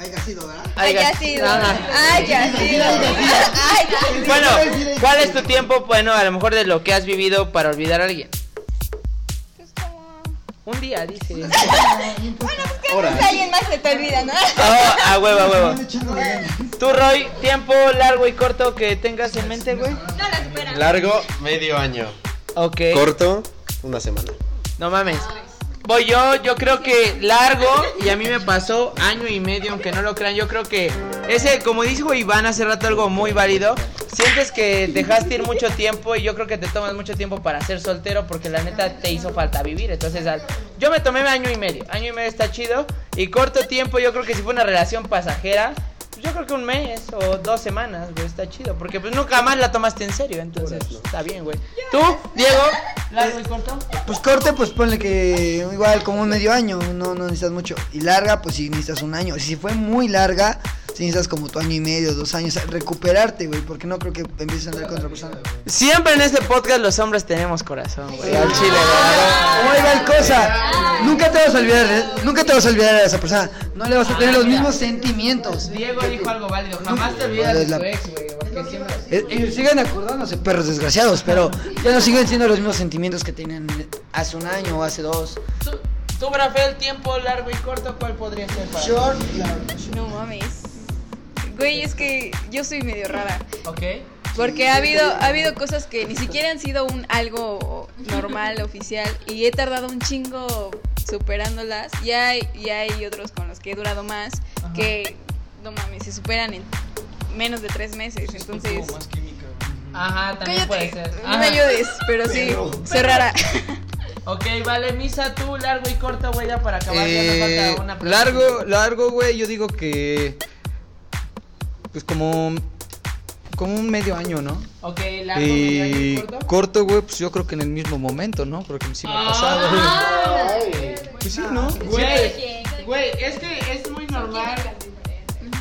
[SPEAKER 12] Haya sido, ¿verdad?
[SPEAKER 10] Haya
[SPEAKER 2] Haya-
[SPEAKER 10] sido.
[SPEAKER 2] Ajá.
[SPEAKER 10] Haya sido. Haya
[SPEAKER 2] Bueno, ¿cuál es tu tiempo, bueno, a lo mejor de lo que has vivido para olvidar a alguien? Un día, dice.
[SPEAKER 10] Ahora. alguien más se te olvida, ¿no?
[SPEAKER 2] Ah, a huevo, a huevo. Tú, Roy, tiempo largo y corto que tengas en mente, güey.
[SPEAKER 9] Largo, medio año.
[SPEAKER 2] Ok.
[SPEAKER 9] Corto, una semana.
[SPEAKER 2] No mames. Voy yo, yo creo que largo y a mí me pasó año y medio, aunque no lo crean. Yo creo que ese, como dijo Iván hace rato, algo muy válido. Sientes que dejaste ir mucho tiempo y yo creo que te tomas mucho tiempo para ser soltero porque la neta te hizo falta vivir. Entonces, al- yo me tomé año y medio. Año y medio está chido y corto tiempo. Yo creo que si fue una relación pasajera, pues yo creo que un mes o dos semanas, güey, está chido porque pues nunca más la tomaste en serio. Entonces, está bien, güey. ¿Tú, Diego? ¿Largo y corto?
[SPEAKER 12] Pues corte, pues ponle que igual como un medio año, no, no necesitas mucho. Y larga, pues si necesitas un año. Si fue muy larga, si necesitas como tu año y medio, dos años, recuperarte, güey, porque no creo que empieces a andar con otra persona.
[SPEAKER 2] Siempre en este podcast los hombres tenemos corazón, güey. Al chile,
[SPEAKER 12] Oiga, el cosa, nunca te vas a olvidar, ¿eh? nunca te vas a olvidar de esa persona. No le vas
[SPEAKER 2] Ah,
[SPEAKER 12] a tener los mismos sentimientos.
[SPEAKER 2] Diego dijo algo válido. Jamás te olvidas de
[SPEAKER 12] La-
[SPEAKER 2] tu ex, güey. porque siempre-
[SPEAKER 12] Eh, eh, siguen acordándose, perros desgraciados, pero ya no siguen siendo los mismos sentimientos que tenían hace un año o hace dos.
[SPEAKER 2] Tú, Rafael, tiempo largo y corto, ¿cuál podría ser para ti?
[SPEAKER 12] Short,
[SPEAKER 4] No mames. Güey, es que yo soy medio rara.
[SPEAKER 2] Ok.
[SPEAKER 4] Porque ha habido, ha habido cosas que ni siquiera han sido un algo normal, oficial, y he tardado un chingo superándolas. Y hay, y hay otros con los que he durado más que, no mames, se superan en menos de tres meses. Entonces,
[SPEAKER 2] Ajá, también puede ser.
[SPEAKER 4] no me ayudes, pero sí, soy rara.
[SPEAKER 2] Ok, vale, Misa, tú, largo y corto, güey, ya para acabar. ya nos
[SPEAKER 5] Eh,
[SPEAKER 2] falta una pregunta.
[SPEAKER 5] largo, largo, güey. Yo digo que. Pues como. Como un medio año, ¿no?
[SPEAKER 2] Ok, largo, medio año
[SPEAKER 5] y
[SPEAKER 12] Eh,
[SPEAKER 2] y corto.
[SPEAKER 5] corto, güey, pues yo creo que en el mismo momento, ¿no? Porque sí me
[SPEAKER 2] Ah.
[SPEAKER 5] ha pasado.
[SPEAKER 9] Ah.
[SPEAKER 5] Pues sí, ¿no?
[SPEAKER 2] Güey, güey, es que es muy normal.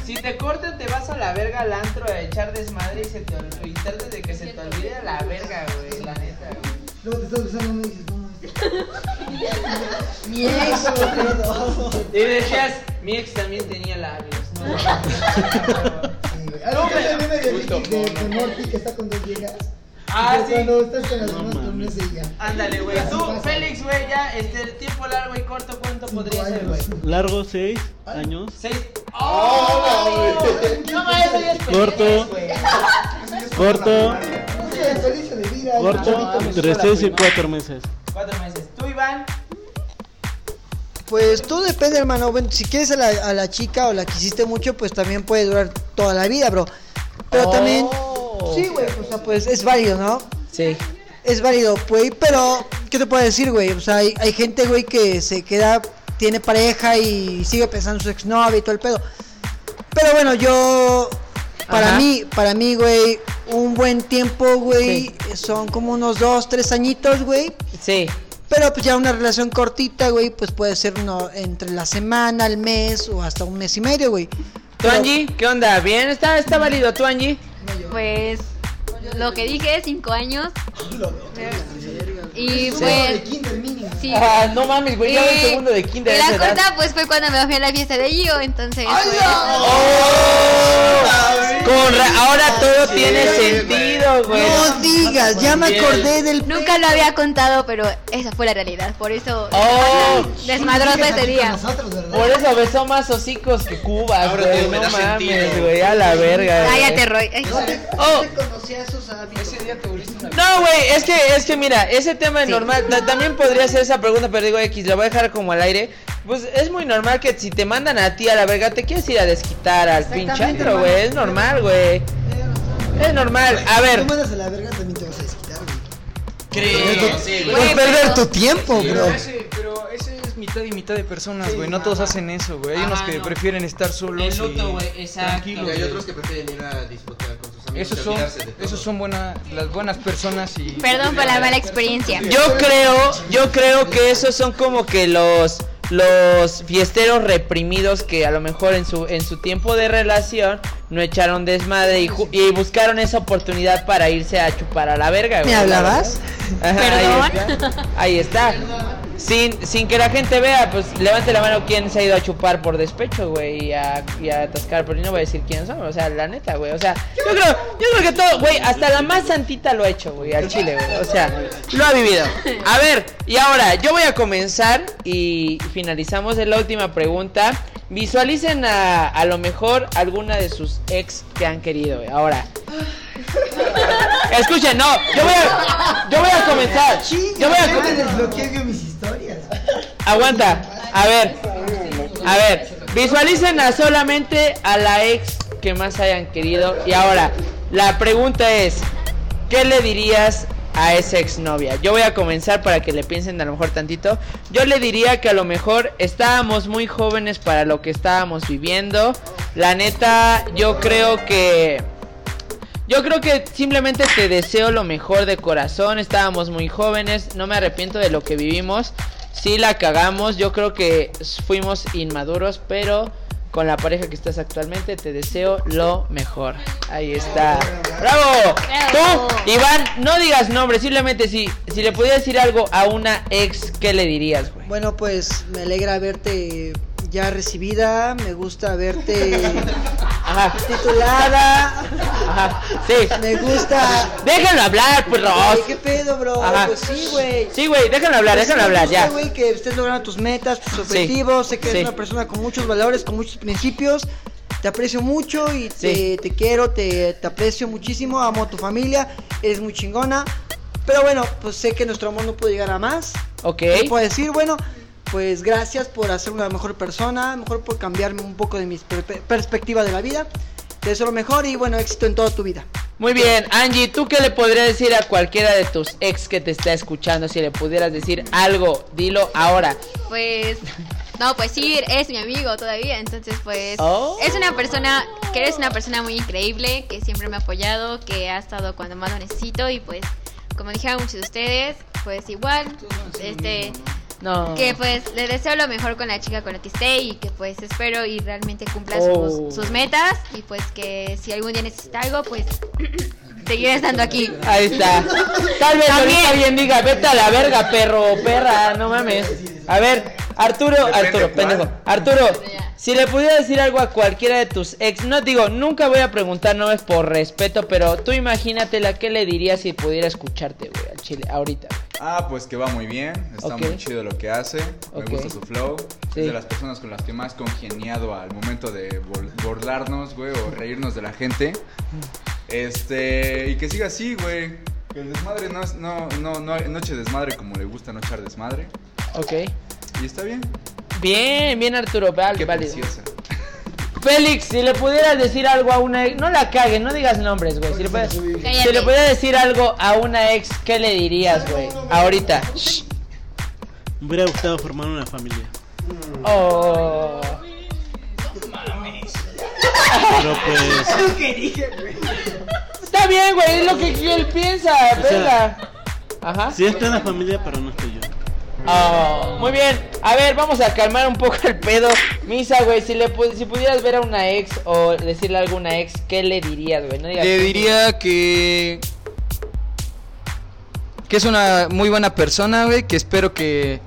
[SPEAKER 2] Si te cortan, te vas a la verga al antro a echar desmadre y, se te, ol- y tratas de que se te olvide la verga, güey, la neta, güey.
[SPEAKER 12] Luego te estás besando y dices, no,
[SPEAKER 2] Mi ex, Y decías, mi ex también tenía labios, ¿no?
[SPEAKER 13] Algo que
[SPEAKER 2] Hombre,
[SPEAKER 13] también me había
[SPEAKER 2] justo,
[SPEAKER 13] dicho de, de Morty que está con dos viejas.
[SPEAKER 2] Ah,
[SPEAKER 13] Que
[SPEAKER 2] sí.
[SPEAKER 13] Cuando estás con las demás, con una es ella.
[SPEAKER 2] Ándale, güey.
[SPEAKER 13] Así
[SPEAKER 2] Tú,
[SPEAKER 13] pasa.
[SPEAKER 2] Félix, güey, ya, este, el tiempo largo y corto, ¿cuánto podría ser, güey?
[SPEAKER 3] Largo, seis años.
[SPEAKER 2] Seis. ¡Oh! No, ma, eso ya es
[SPEAKER 3] Corto. Corto. Corto. Entre seis y cuatro meses.
[SPEAKER 2] Cuatro meses. Tú, Iván.
[SPEAKER 8] Pues todo depende, hermano. Bueno, si quieres a la, a la chica o la quisiste mucho, pues también puede durar toda la vida, bro. Pero también. Sí, güey, o sea, pues es válido, ¿no?
[SPEAKER 2] Oh. Sí.
[SPEAKER 8] Es válido, güey, pero ¿qué te puedo decir, güey? O sea, hay, hay gente, güey, que se queda, tiene pareja y sigue pensando en su exnovia y todo el pedo. Pero bueno, yo. Para
[SPEAKER 2] Ajá.
[SPEAKER 8] mí, para mí, güey, un buen tiempo, güey,
[SPEAKER 2] Sí.
[SPEAKER 8] son como unos dos, tres añitos, güey.
[SPEAKER 2] Sí.
[SPEAKER 8] Pero pues ya una relación cortita, güey, pues puede ser no, entre la semana, el mes o hasta un mes y medio, güey.
[SPEAKER 2] ¿Tú, Angie? ¿Qué onda? ¿Bien? ¿Está, está válido tú, Angie?
[SPEAKER 7] Pues lo que dije, cinco años. Y
[SPEAKER 2] Sí.
[SPEAKER 7] pues. Sí.
[SPEAKER 2] Ah, no mames, güey, ya va el
[SPEAKER 7] Y
[SPEAKER 2] segundo de kinder a
[SPEAKER 7] La
[SPEAKER 2] esa edad.
[SPEAKER 7] corta, pues fue cuando me fui a la fiesta de Gio, entonces. pues,
[SPEAKER 2] Oh, Con ra- ahora todo tiene sentido, güey.
[SPEAKER 8] No digas, ya me acordé del.
[SPEAKER 7] Nunca lo había contado, pero esa fue la realidad. Por eso.
[SPEAKER 2] Oh.
[SPEAKER 7] Desmadroso ese día.
[SPEAKER 2] Por eso besó más hocicos que cubas,
[SPEAKER 11] Ahora
[SPEAKER 2] güey.
[SPEAKER 11] tiene
[SPEAKER 2] No
[SPEAKER 11] más
[SPEAKER 2] mames,
[SPEAKER 11] sentido.
[SPEAKER 2] güey, a la verga. güey.
[SPEAKER 7] Cállate, Roy. Ay.
[SPEAKER 2] Oh.
[SPEAKER 12] conocía sus hábitos. Ese día te volviste una
[SPEAKER 2] No, güey, es que, es que mira, ese tema es normal. Ta- También podría ser esa pregunta, pero digo X, la voy a dejar como al aire. Pues es muy normal que si te mandan a ti a la verga, te quieres ir a desquitar al pinche
[SPEAKER 13] Exactamente,
[SPEAKER 2] antro, güey.
[SPEAKER 13] hermano.
[SPEAKER 2] Es normal, güey. Es normal. A ver.
[SPEAKER 12] Tú mandas a la verga, también te vas a desquitar, güey.
[SPEAKER 5] Creo,
[SPEAKER 12] sí, Por
[SPEAKER 5] güey. Güey,
[SPEAKER 12] perder
[SPEAKER 5] pero-
[SPEAKER 12] tu tiempo,
[SPEAKER 5] Sí,
[SPEAKER 12] bro.
[SPEAKER 5] pero ese- Pero ese es mitad y mitad de personas, güey. No todos hacen eso, güey. Hay unos que prefieren estar solos. y tranquilos,
[SPEAKER 9] Y hay
[SPEAKER 5] güey.
[SPEAKER 9] otros que prefieren ir a disfrutar con sus amigos.
[SPEAKER 5] Esos
[SPEAKER 9] y
[SPEAKER 5] son,
[SPEAKER 9] olvidarse de todo.
[SPEAKER 5] esos son buena- las buenas personas y.
[SPEAKER 7] Perdón por la mala experiencia.
[SPEAKER 2] Yo creo, yo creo que esos son como que los los fiesteros reprimidos que a lo mejor en su en su tiempo de relación no echaron desmadre y, ju- y buscaron esa oportunidad para irse a chupar a la verga.
[SPEAKER 8] ¿Me hablabas?
[SPEAKER 2] Ajá, ahí está. Ahí está. Sin, sin que la gente vea, pues levante la mano quien se ha ido a chupar por despecho, güey, y a, y a atascar, pero yo no voy a decir quiénes son, o sea, la neta, güey, o sea, yo creo, yo creo que todo, güey, hasta la más santita lo ha hecho, güey, al chile, güey, o sea, lo ha vivido. A ver, y ahora, yo voy a comenzar y finalizamos en la última pregunta. Visualicen a, a lo mejor alguna de sus ex que han querido, güey, ahora. Escuchen, no, yo voy a, yo voy a comenzar, yo voy
[SPEAKER 13] Ya
[SPEAKER 2] a
[SPEAKER 13] me
[SPEAKER 2] comenzar.
[SPEAKER 13] desbloqueé vio mis historias.
[SPEAKER 2] Aguanta, a ver, a ver, visualicen a solamente a la ex que más hayan querido. Y ahora, la pregunta es, ¿qué le dirías a esa exnovia? Yo voy a comenzar para que le piensen a lo mejor tantito. Yo le diría que a lo mejor estábamos muy jóvenes para lo que estábamos viviendo. La neta, yo creo que... Yo creo que simplemente te deseo lo mejor de corazón. Estábamos muy jóvenes. No me arrepiento de lo que vivimos. Sí la cagamos. Yo creo que fuimos inmaduros, pero con la pareja que estás actualmente te deseo lo mejor. Ahí está. ¡Bravo!
[SPEAKER 7] Bravo.
[SPEAKER 2] Tú, Iván, no digas nombre. Simplemente si, si le pudieras decir algo a una ex, ¿qué le dirías, güey?
[SPEAKER 8] Bueno, pues me alegra verte ya recibida, me gusta verte titulada.
[SPEAKER 2] Sí.
[SPEAKER 8] Me gusta.
[SPEAKER 2] Déjenlo hablar, pues, Ross.
[SPEAKER 8] Güey, ¿Qué pedo, bro?
[SPEAKER 2] Ajá.
[SPEAKER 8] Pues sí, güey.
[SPEAKER 2] Sí, güey, déjenlo hablar,
[SPEAKER 8] Pues sí,
[SPEAKER 2] déjenlo
[SPEAKER 8] me
[SPEAKER 2] hablar,
[SPEAKER 8] gusta,
[SPEAKER 2] ya.
[SPEAKER 8] güey, que estés logrando tus metas, tus objetivos. Sé que eres
[SPEAKER 2] sí.
[SPEAKER 8] una persona con muchos valores, con muchos principios. Te aprecio mucho y te, te quiero, te, te aprecio muchísimo. Amo a tu familia, eres muy chingona. Pero bueno, pues sé que nuestro amor no puede llegar a más.
[SPEAKER 2] Ok.
[SPEAKER 8] ¿Qué puedo decir? Bueno, pues gracias por hacer una mejor persona, mejor por cambiarme un poco de mi per- perspectiva de la vida. Te deseo lo mejor y bueno, éxito en toda tu vida.
[SPEAKER 2] Muy bien, Angie, ¿tú qué le podrías decir a cualquiera de tus ex que te está escuchando? Si le pudieras decir algo, dilo ahora.
[SPEAKER 7] Pues. No, pues sí, es mi amigo todavía, entonces pues
[SPEAKER 2] Oh.
[SPEAKER 7] es una persona, que eres una persona muy increíble, que siempre me ha apoyado, que ha estado cuando más lo necesito y pues como dijeron muchos de ustedes, pues igual, este,
[SPEAKER 2] No.
[SPEAKER 7] que pues le deseo lo mejor con la chica con la que esté y que pues espero y realmente cumpla
[SPEAKER 2] Oh.
[SPEAKER 7] sus, sus metas y pues que si algún día necesita algo, pues seguiré estando aquí.
[SPEAKER 2] Ahí está. Tal vez
[SPEAKER 7] También.
[SPEAKER 2] ahorita alguien diga, vete a la verga, perro o perra, no mames. A ver, Arturo, Arturo, pendejo. Arturo, si le pudiera decir algo a cualquiera de tus ex, no digo, nunca voy a preguntar, no es por respeto, pero tú imagínate la que le dirías si pudiera escucharte, güey, al chile, ahorita.
[SPEAKER 6] Ah, pues que va muy bien, está
[SPEAKER 2] Ok.
[SPEAKER 6] muy chido lo que hace,
[SPEAKER 2] Ok.
[SPEAKER 6] me gusta su flow,
[SPEAKER 2] Sí.
[SPEAKER 6] es de las personas con las que más congeniado al momento de bol- burlarnos, güey, o reírnos de la gente. Este, y que siga así, güey. Que el desmadre no es, no, no, no, no eche desmadre como le gusta no echar desmadre.
[SPEAKER 2] Ok.
[SPEAKER 6] Y está bien.
[SPEAKER 2] Bien, bien Arturo, vale, válido. Félix, si le pudieras decir algo a una ex, no la cagues, no digas nombres, güey. Si le, puedes- si le pudieras decir algo a una ex, ¿qué le dirías, güey? Ahorita. Shh.
[SPEAKER 3] Me hubiera gustado formar una familia.
[SPEAKER 2] Oh.
[SPEAKER 3] Pero pues.
[SPEAKER 13] Es lo que dije, güey.
[SPEAKER 2] Está bien, güey, es lo que él piensa,
[SPEAKER 3] sea,
[SPEAKER 2] venga. Ajá.
[SPEAKER 3] Sí está en la familia, pero no estoy yo.
[SPEAKER 2] Oh, muy bien, a ver, vamos a calmar un poco el pedo. Misa, güey, si, le pu- si pudieras ver a una ex o decirle a alguna ex, ¿qué le dirías, güey? No digas-
[SPEAKER 5] Le diría que. Que es una muy buena persona, güey. Que espero que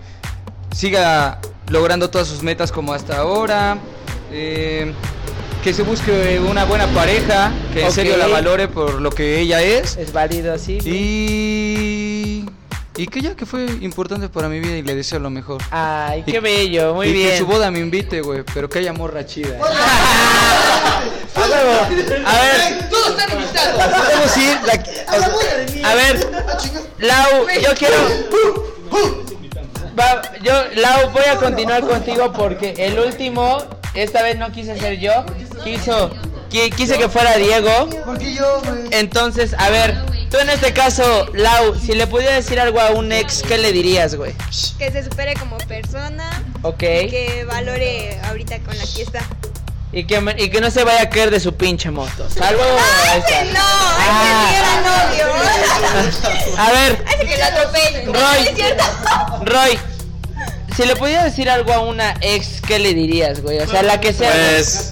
[SPEAKER 5] siga logrando todas sus metas como hasta ahora. eh, que se busque una buena pareja. Que en
[SPEAKER 2] Ok.
[SPEAKER 5] serio la valore por lo que ella es.
[SPEAKER 2] Es válido así.
[SPEAKER 5] Y. Y que ya que fue importante para mi vida y le deseo lo mejor.
[SPEAKER 2] Ay, qué bello, muy
[SPEAKER 5] y Que
[SPEAKER 2] bien.
[SPEAKER 5] su boda me invite, güey. Pero que haya morra chida.
[SPEAKER 2] A huevo. A ver.
[SPEAKER 13] Todos están invitados.
[SPEAKER 5] Podemos ir, la-
[SPEAKER 13] Ah, A la boda de mí.
[SPEAKER 2] A ver,
[SPEAKER 12] Ah,
[SPEAKER 2] Lau, yo quiero. Va, yo, Lau, voy a continuar contigo porque el último, esta vez no quise ser yo, quiso, qui- quise que fuera Diego.
[SPEAKER 13] Porque yo, güey.
[SPEAKER 2] Entonces, a ver, tú en este caso, Lau, si le pudiera decir algo a un ex, ¿qué le dirías, güey?
[SPEAKER 10] Que se supere como persona.
[SPEAKER 2] Ok.
[SPEAKER 10] y Que valore ahorita con la que está.
[SPEAKER 2] Y que, me- y que no se vaya a caer de su pinche moto. este, Salvo. Ah, Ahí está.
[SPEAKER 10] Ah,
[SPEAKER 2] Ah.
[SPEAKER 10] ¡No! ¡Ay, que sí era novio!
[SPEAKER 2] A ver,
[SPEAKER 10] ¡Ay, que lo atropellen!
[SPEAKER 2] Roy.
[SPEAKER 10] ¿Es cierto?
[SPEAKER 2] Roy, si le pudiera decir algo a una ex, ¿qué le dirías, güey? O sea, la que sea.
[SPEAKER 11] Pues,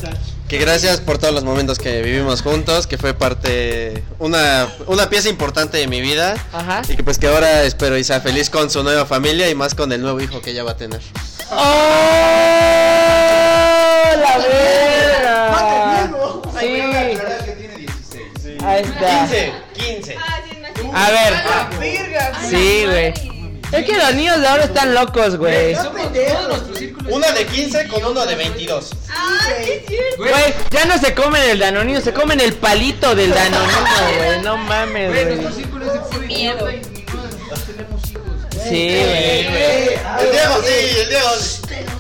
[SPEAKER 9] Que gracias por todos los momentos que vivimos juntos, que fue parte, una, una pieza importante de mi vida.
[SPEAKER 2] Ajá.
[SPEAKER 9] Y que pues que ahora espero Isa feliz con su nueva familia y más con el nuevo hijo que ella va a tener.
[SPEAKER 2] ¡Oh, la verga! Sí. Ahí está.
[SPEAKER 11] 15.
[SPEAKER 2] A ver. Sí, güey. Es que los niños de ahora están locos, güey.
[SPEAKER 11] Una de 15 con uno de 22.
[SPEAKER 2] Güey, ya no se comen el danonino, se comen el palito del danonino, güey. No mames, güey.
[SPEAKER 13] miedo.
[SPEAKER 4] pues,
[SPEAKER 2] Sí, güey.
[SPEAKER 11] El Diego, sí, el Diego.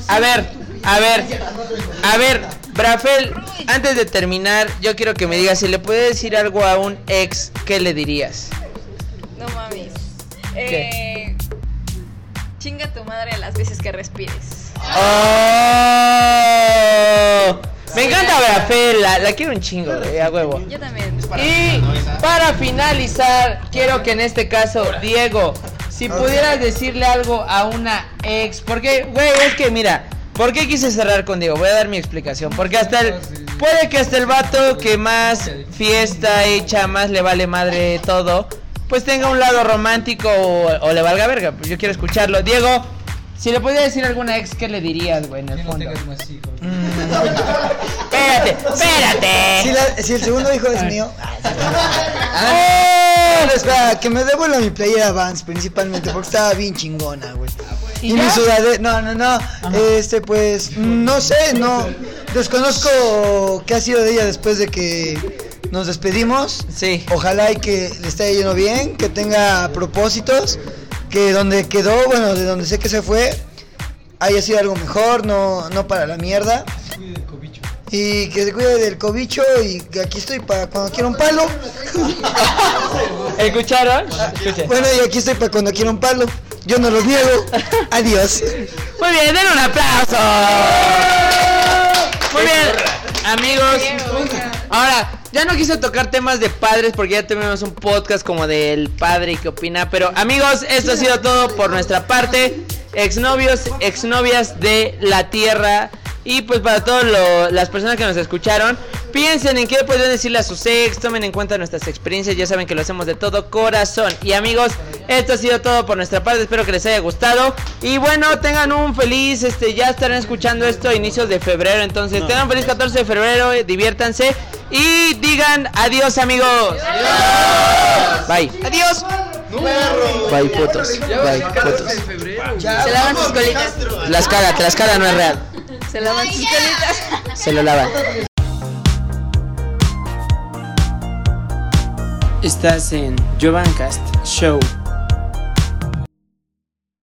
[SPEAKER 2] A ver, a ver, a ver, Brafel, antes de terminar, yo quiero que me digas si le puedes decir algo a un ex, ¿qué le dirías?
[SPEAKER 4] No mames. Eh, chinga tu madre las veces que respires.
[SPEAKER 2] ¡Oh! Me encanta Brafel, la, la quiero un chingo, güey, a huevo.
[SPEAKER 4] Yo también.
[SPEAKER 2] Y para finalizar, quiero que en este caso, Diego, si pudieras decirle algo a una ex, porque, güey, es que mira, ¿por qué quise cerrar con Diego? Voy a dar mi explicación, porque hasta el, puede que hasta el vato que más fiesta hecha, más le vale madre todo, pues tenga un lado romántico o, o le valga verga, pues yo quiero escucharlo. Diego, si le pudiera decir a alguna ex, ¿qué le dirías, güey, en el fondo? Espérate, espérate.
[SPEAKER 12] Si, la- si el segundo hijo es mío.
[SPEAKER 2] Ah, Oh.
[SPEAKER 12] no, espera, que me devuelva mi playera Vans principalmente porque estaba bien chingona, güey.
[SPEAKER 13] ¿Y
[SPEAKER 12] Y mi
[SPEAKER 13] ya?
[SPEAKER 12] sudadera, no, no, no, este pues no sé, no desconozco qué ha sido de ella después de que nos despedimos.
[SPEAKER 2] Sí.
[SPEAKER 12] Ojalá y que le esté yendo bien, que tenga propósitos, que donde quedó, bueno, de donde sé que se fue haya sido algo mejor, no no para la mierda. Y que se cuide del cobicho y que aquí estoy para cuando quiera un palo.
[SPEAKER 2] ¿Escucharon?
[SPEAKER 6] Pues,
[SPEAKER 12] Bueno, y aquí estoy para cuando quiera un palo. Yo no los niego. Adiós.
[SPEAKER 2] Muy bien, den un aplauso. Muy bien, amigos. Ahora, ya no quise tocar temas de padres porque ya tuvimos un podcast como del padre y qué opina. Pero amigos, esto ha sido todo por nuestra parte. Exnovios, exnovias de la tierra. Y pues para todas las personas que nos escucharon, piensen en qué pueden decirle a sus ex, tomen en cuenta nuestras experiencias, ya saben que lo hacemos de todo corazón. Y amigos, esto ha sido todo por nuestra parte, espero que les haya gustado. Y bueno, tengan un feliz, este, ya estarán escuchando esto a inicios de febrero, entonces tengan un feliz 14 de febrero, eh, diviértanse y digan adiós amigos. Bye.
[SPEAKER 13] Adiós.
[SPEAKER 2] Bye fotos. Bye fotos.
[SPEAKER 4] Se lavan sus colitas.
[SPEAKER 2] Las caga, las caga no es real.
[SPEAKER 4] Se lavan sus colitas.
[SPEAKER 2] Se lo lavan.
[SPEAKER 1] Estás en Jovancast Show.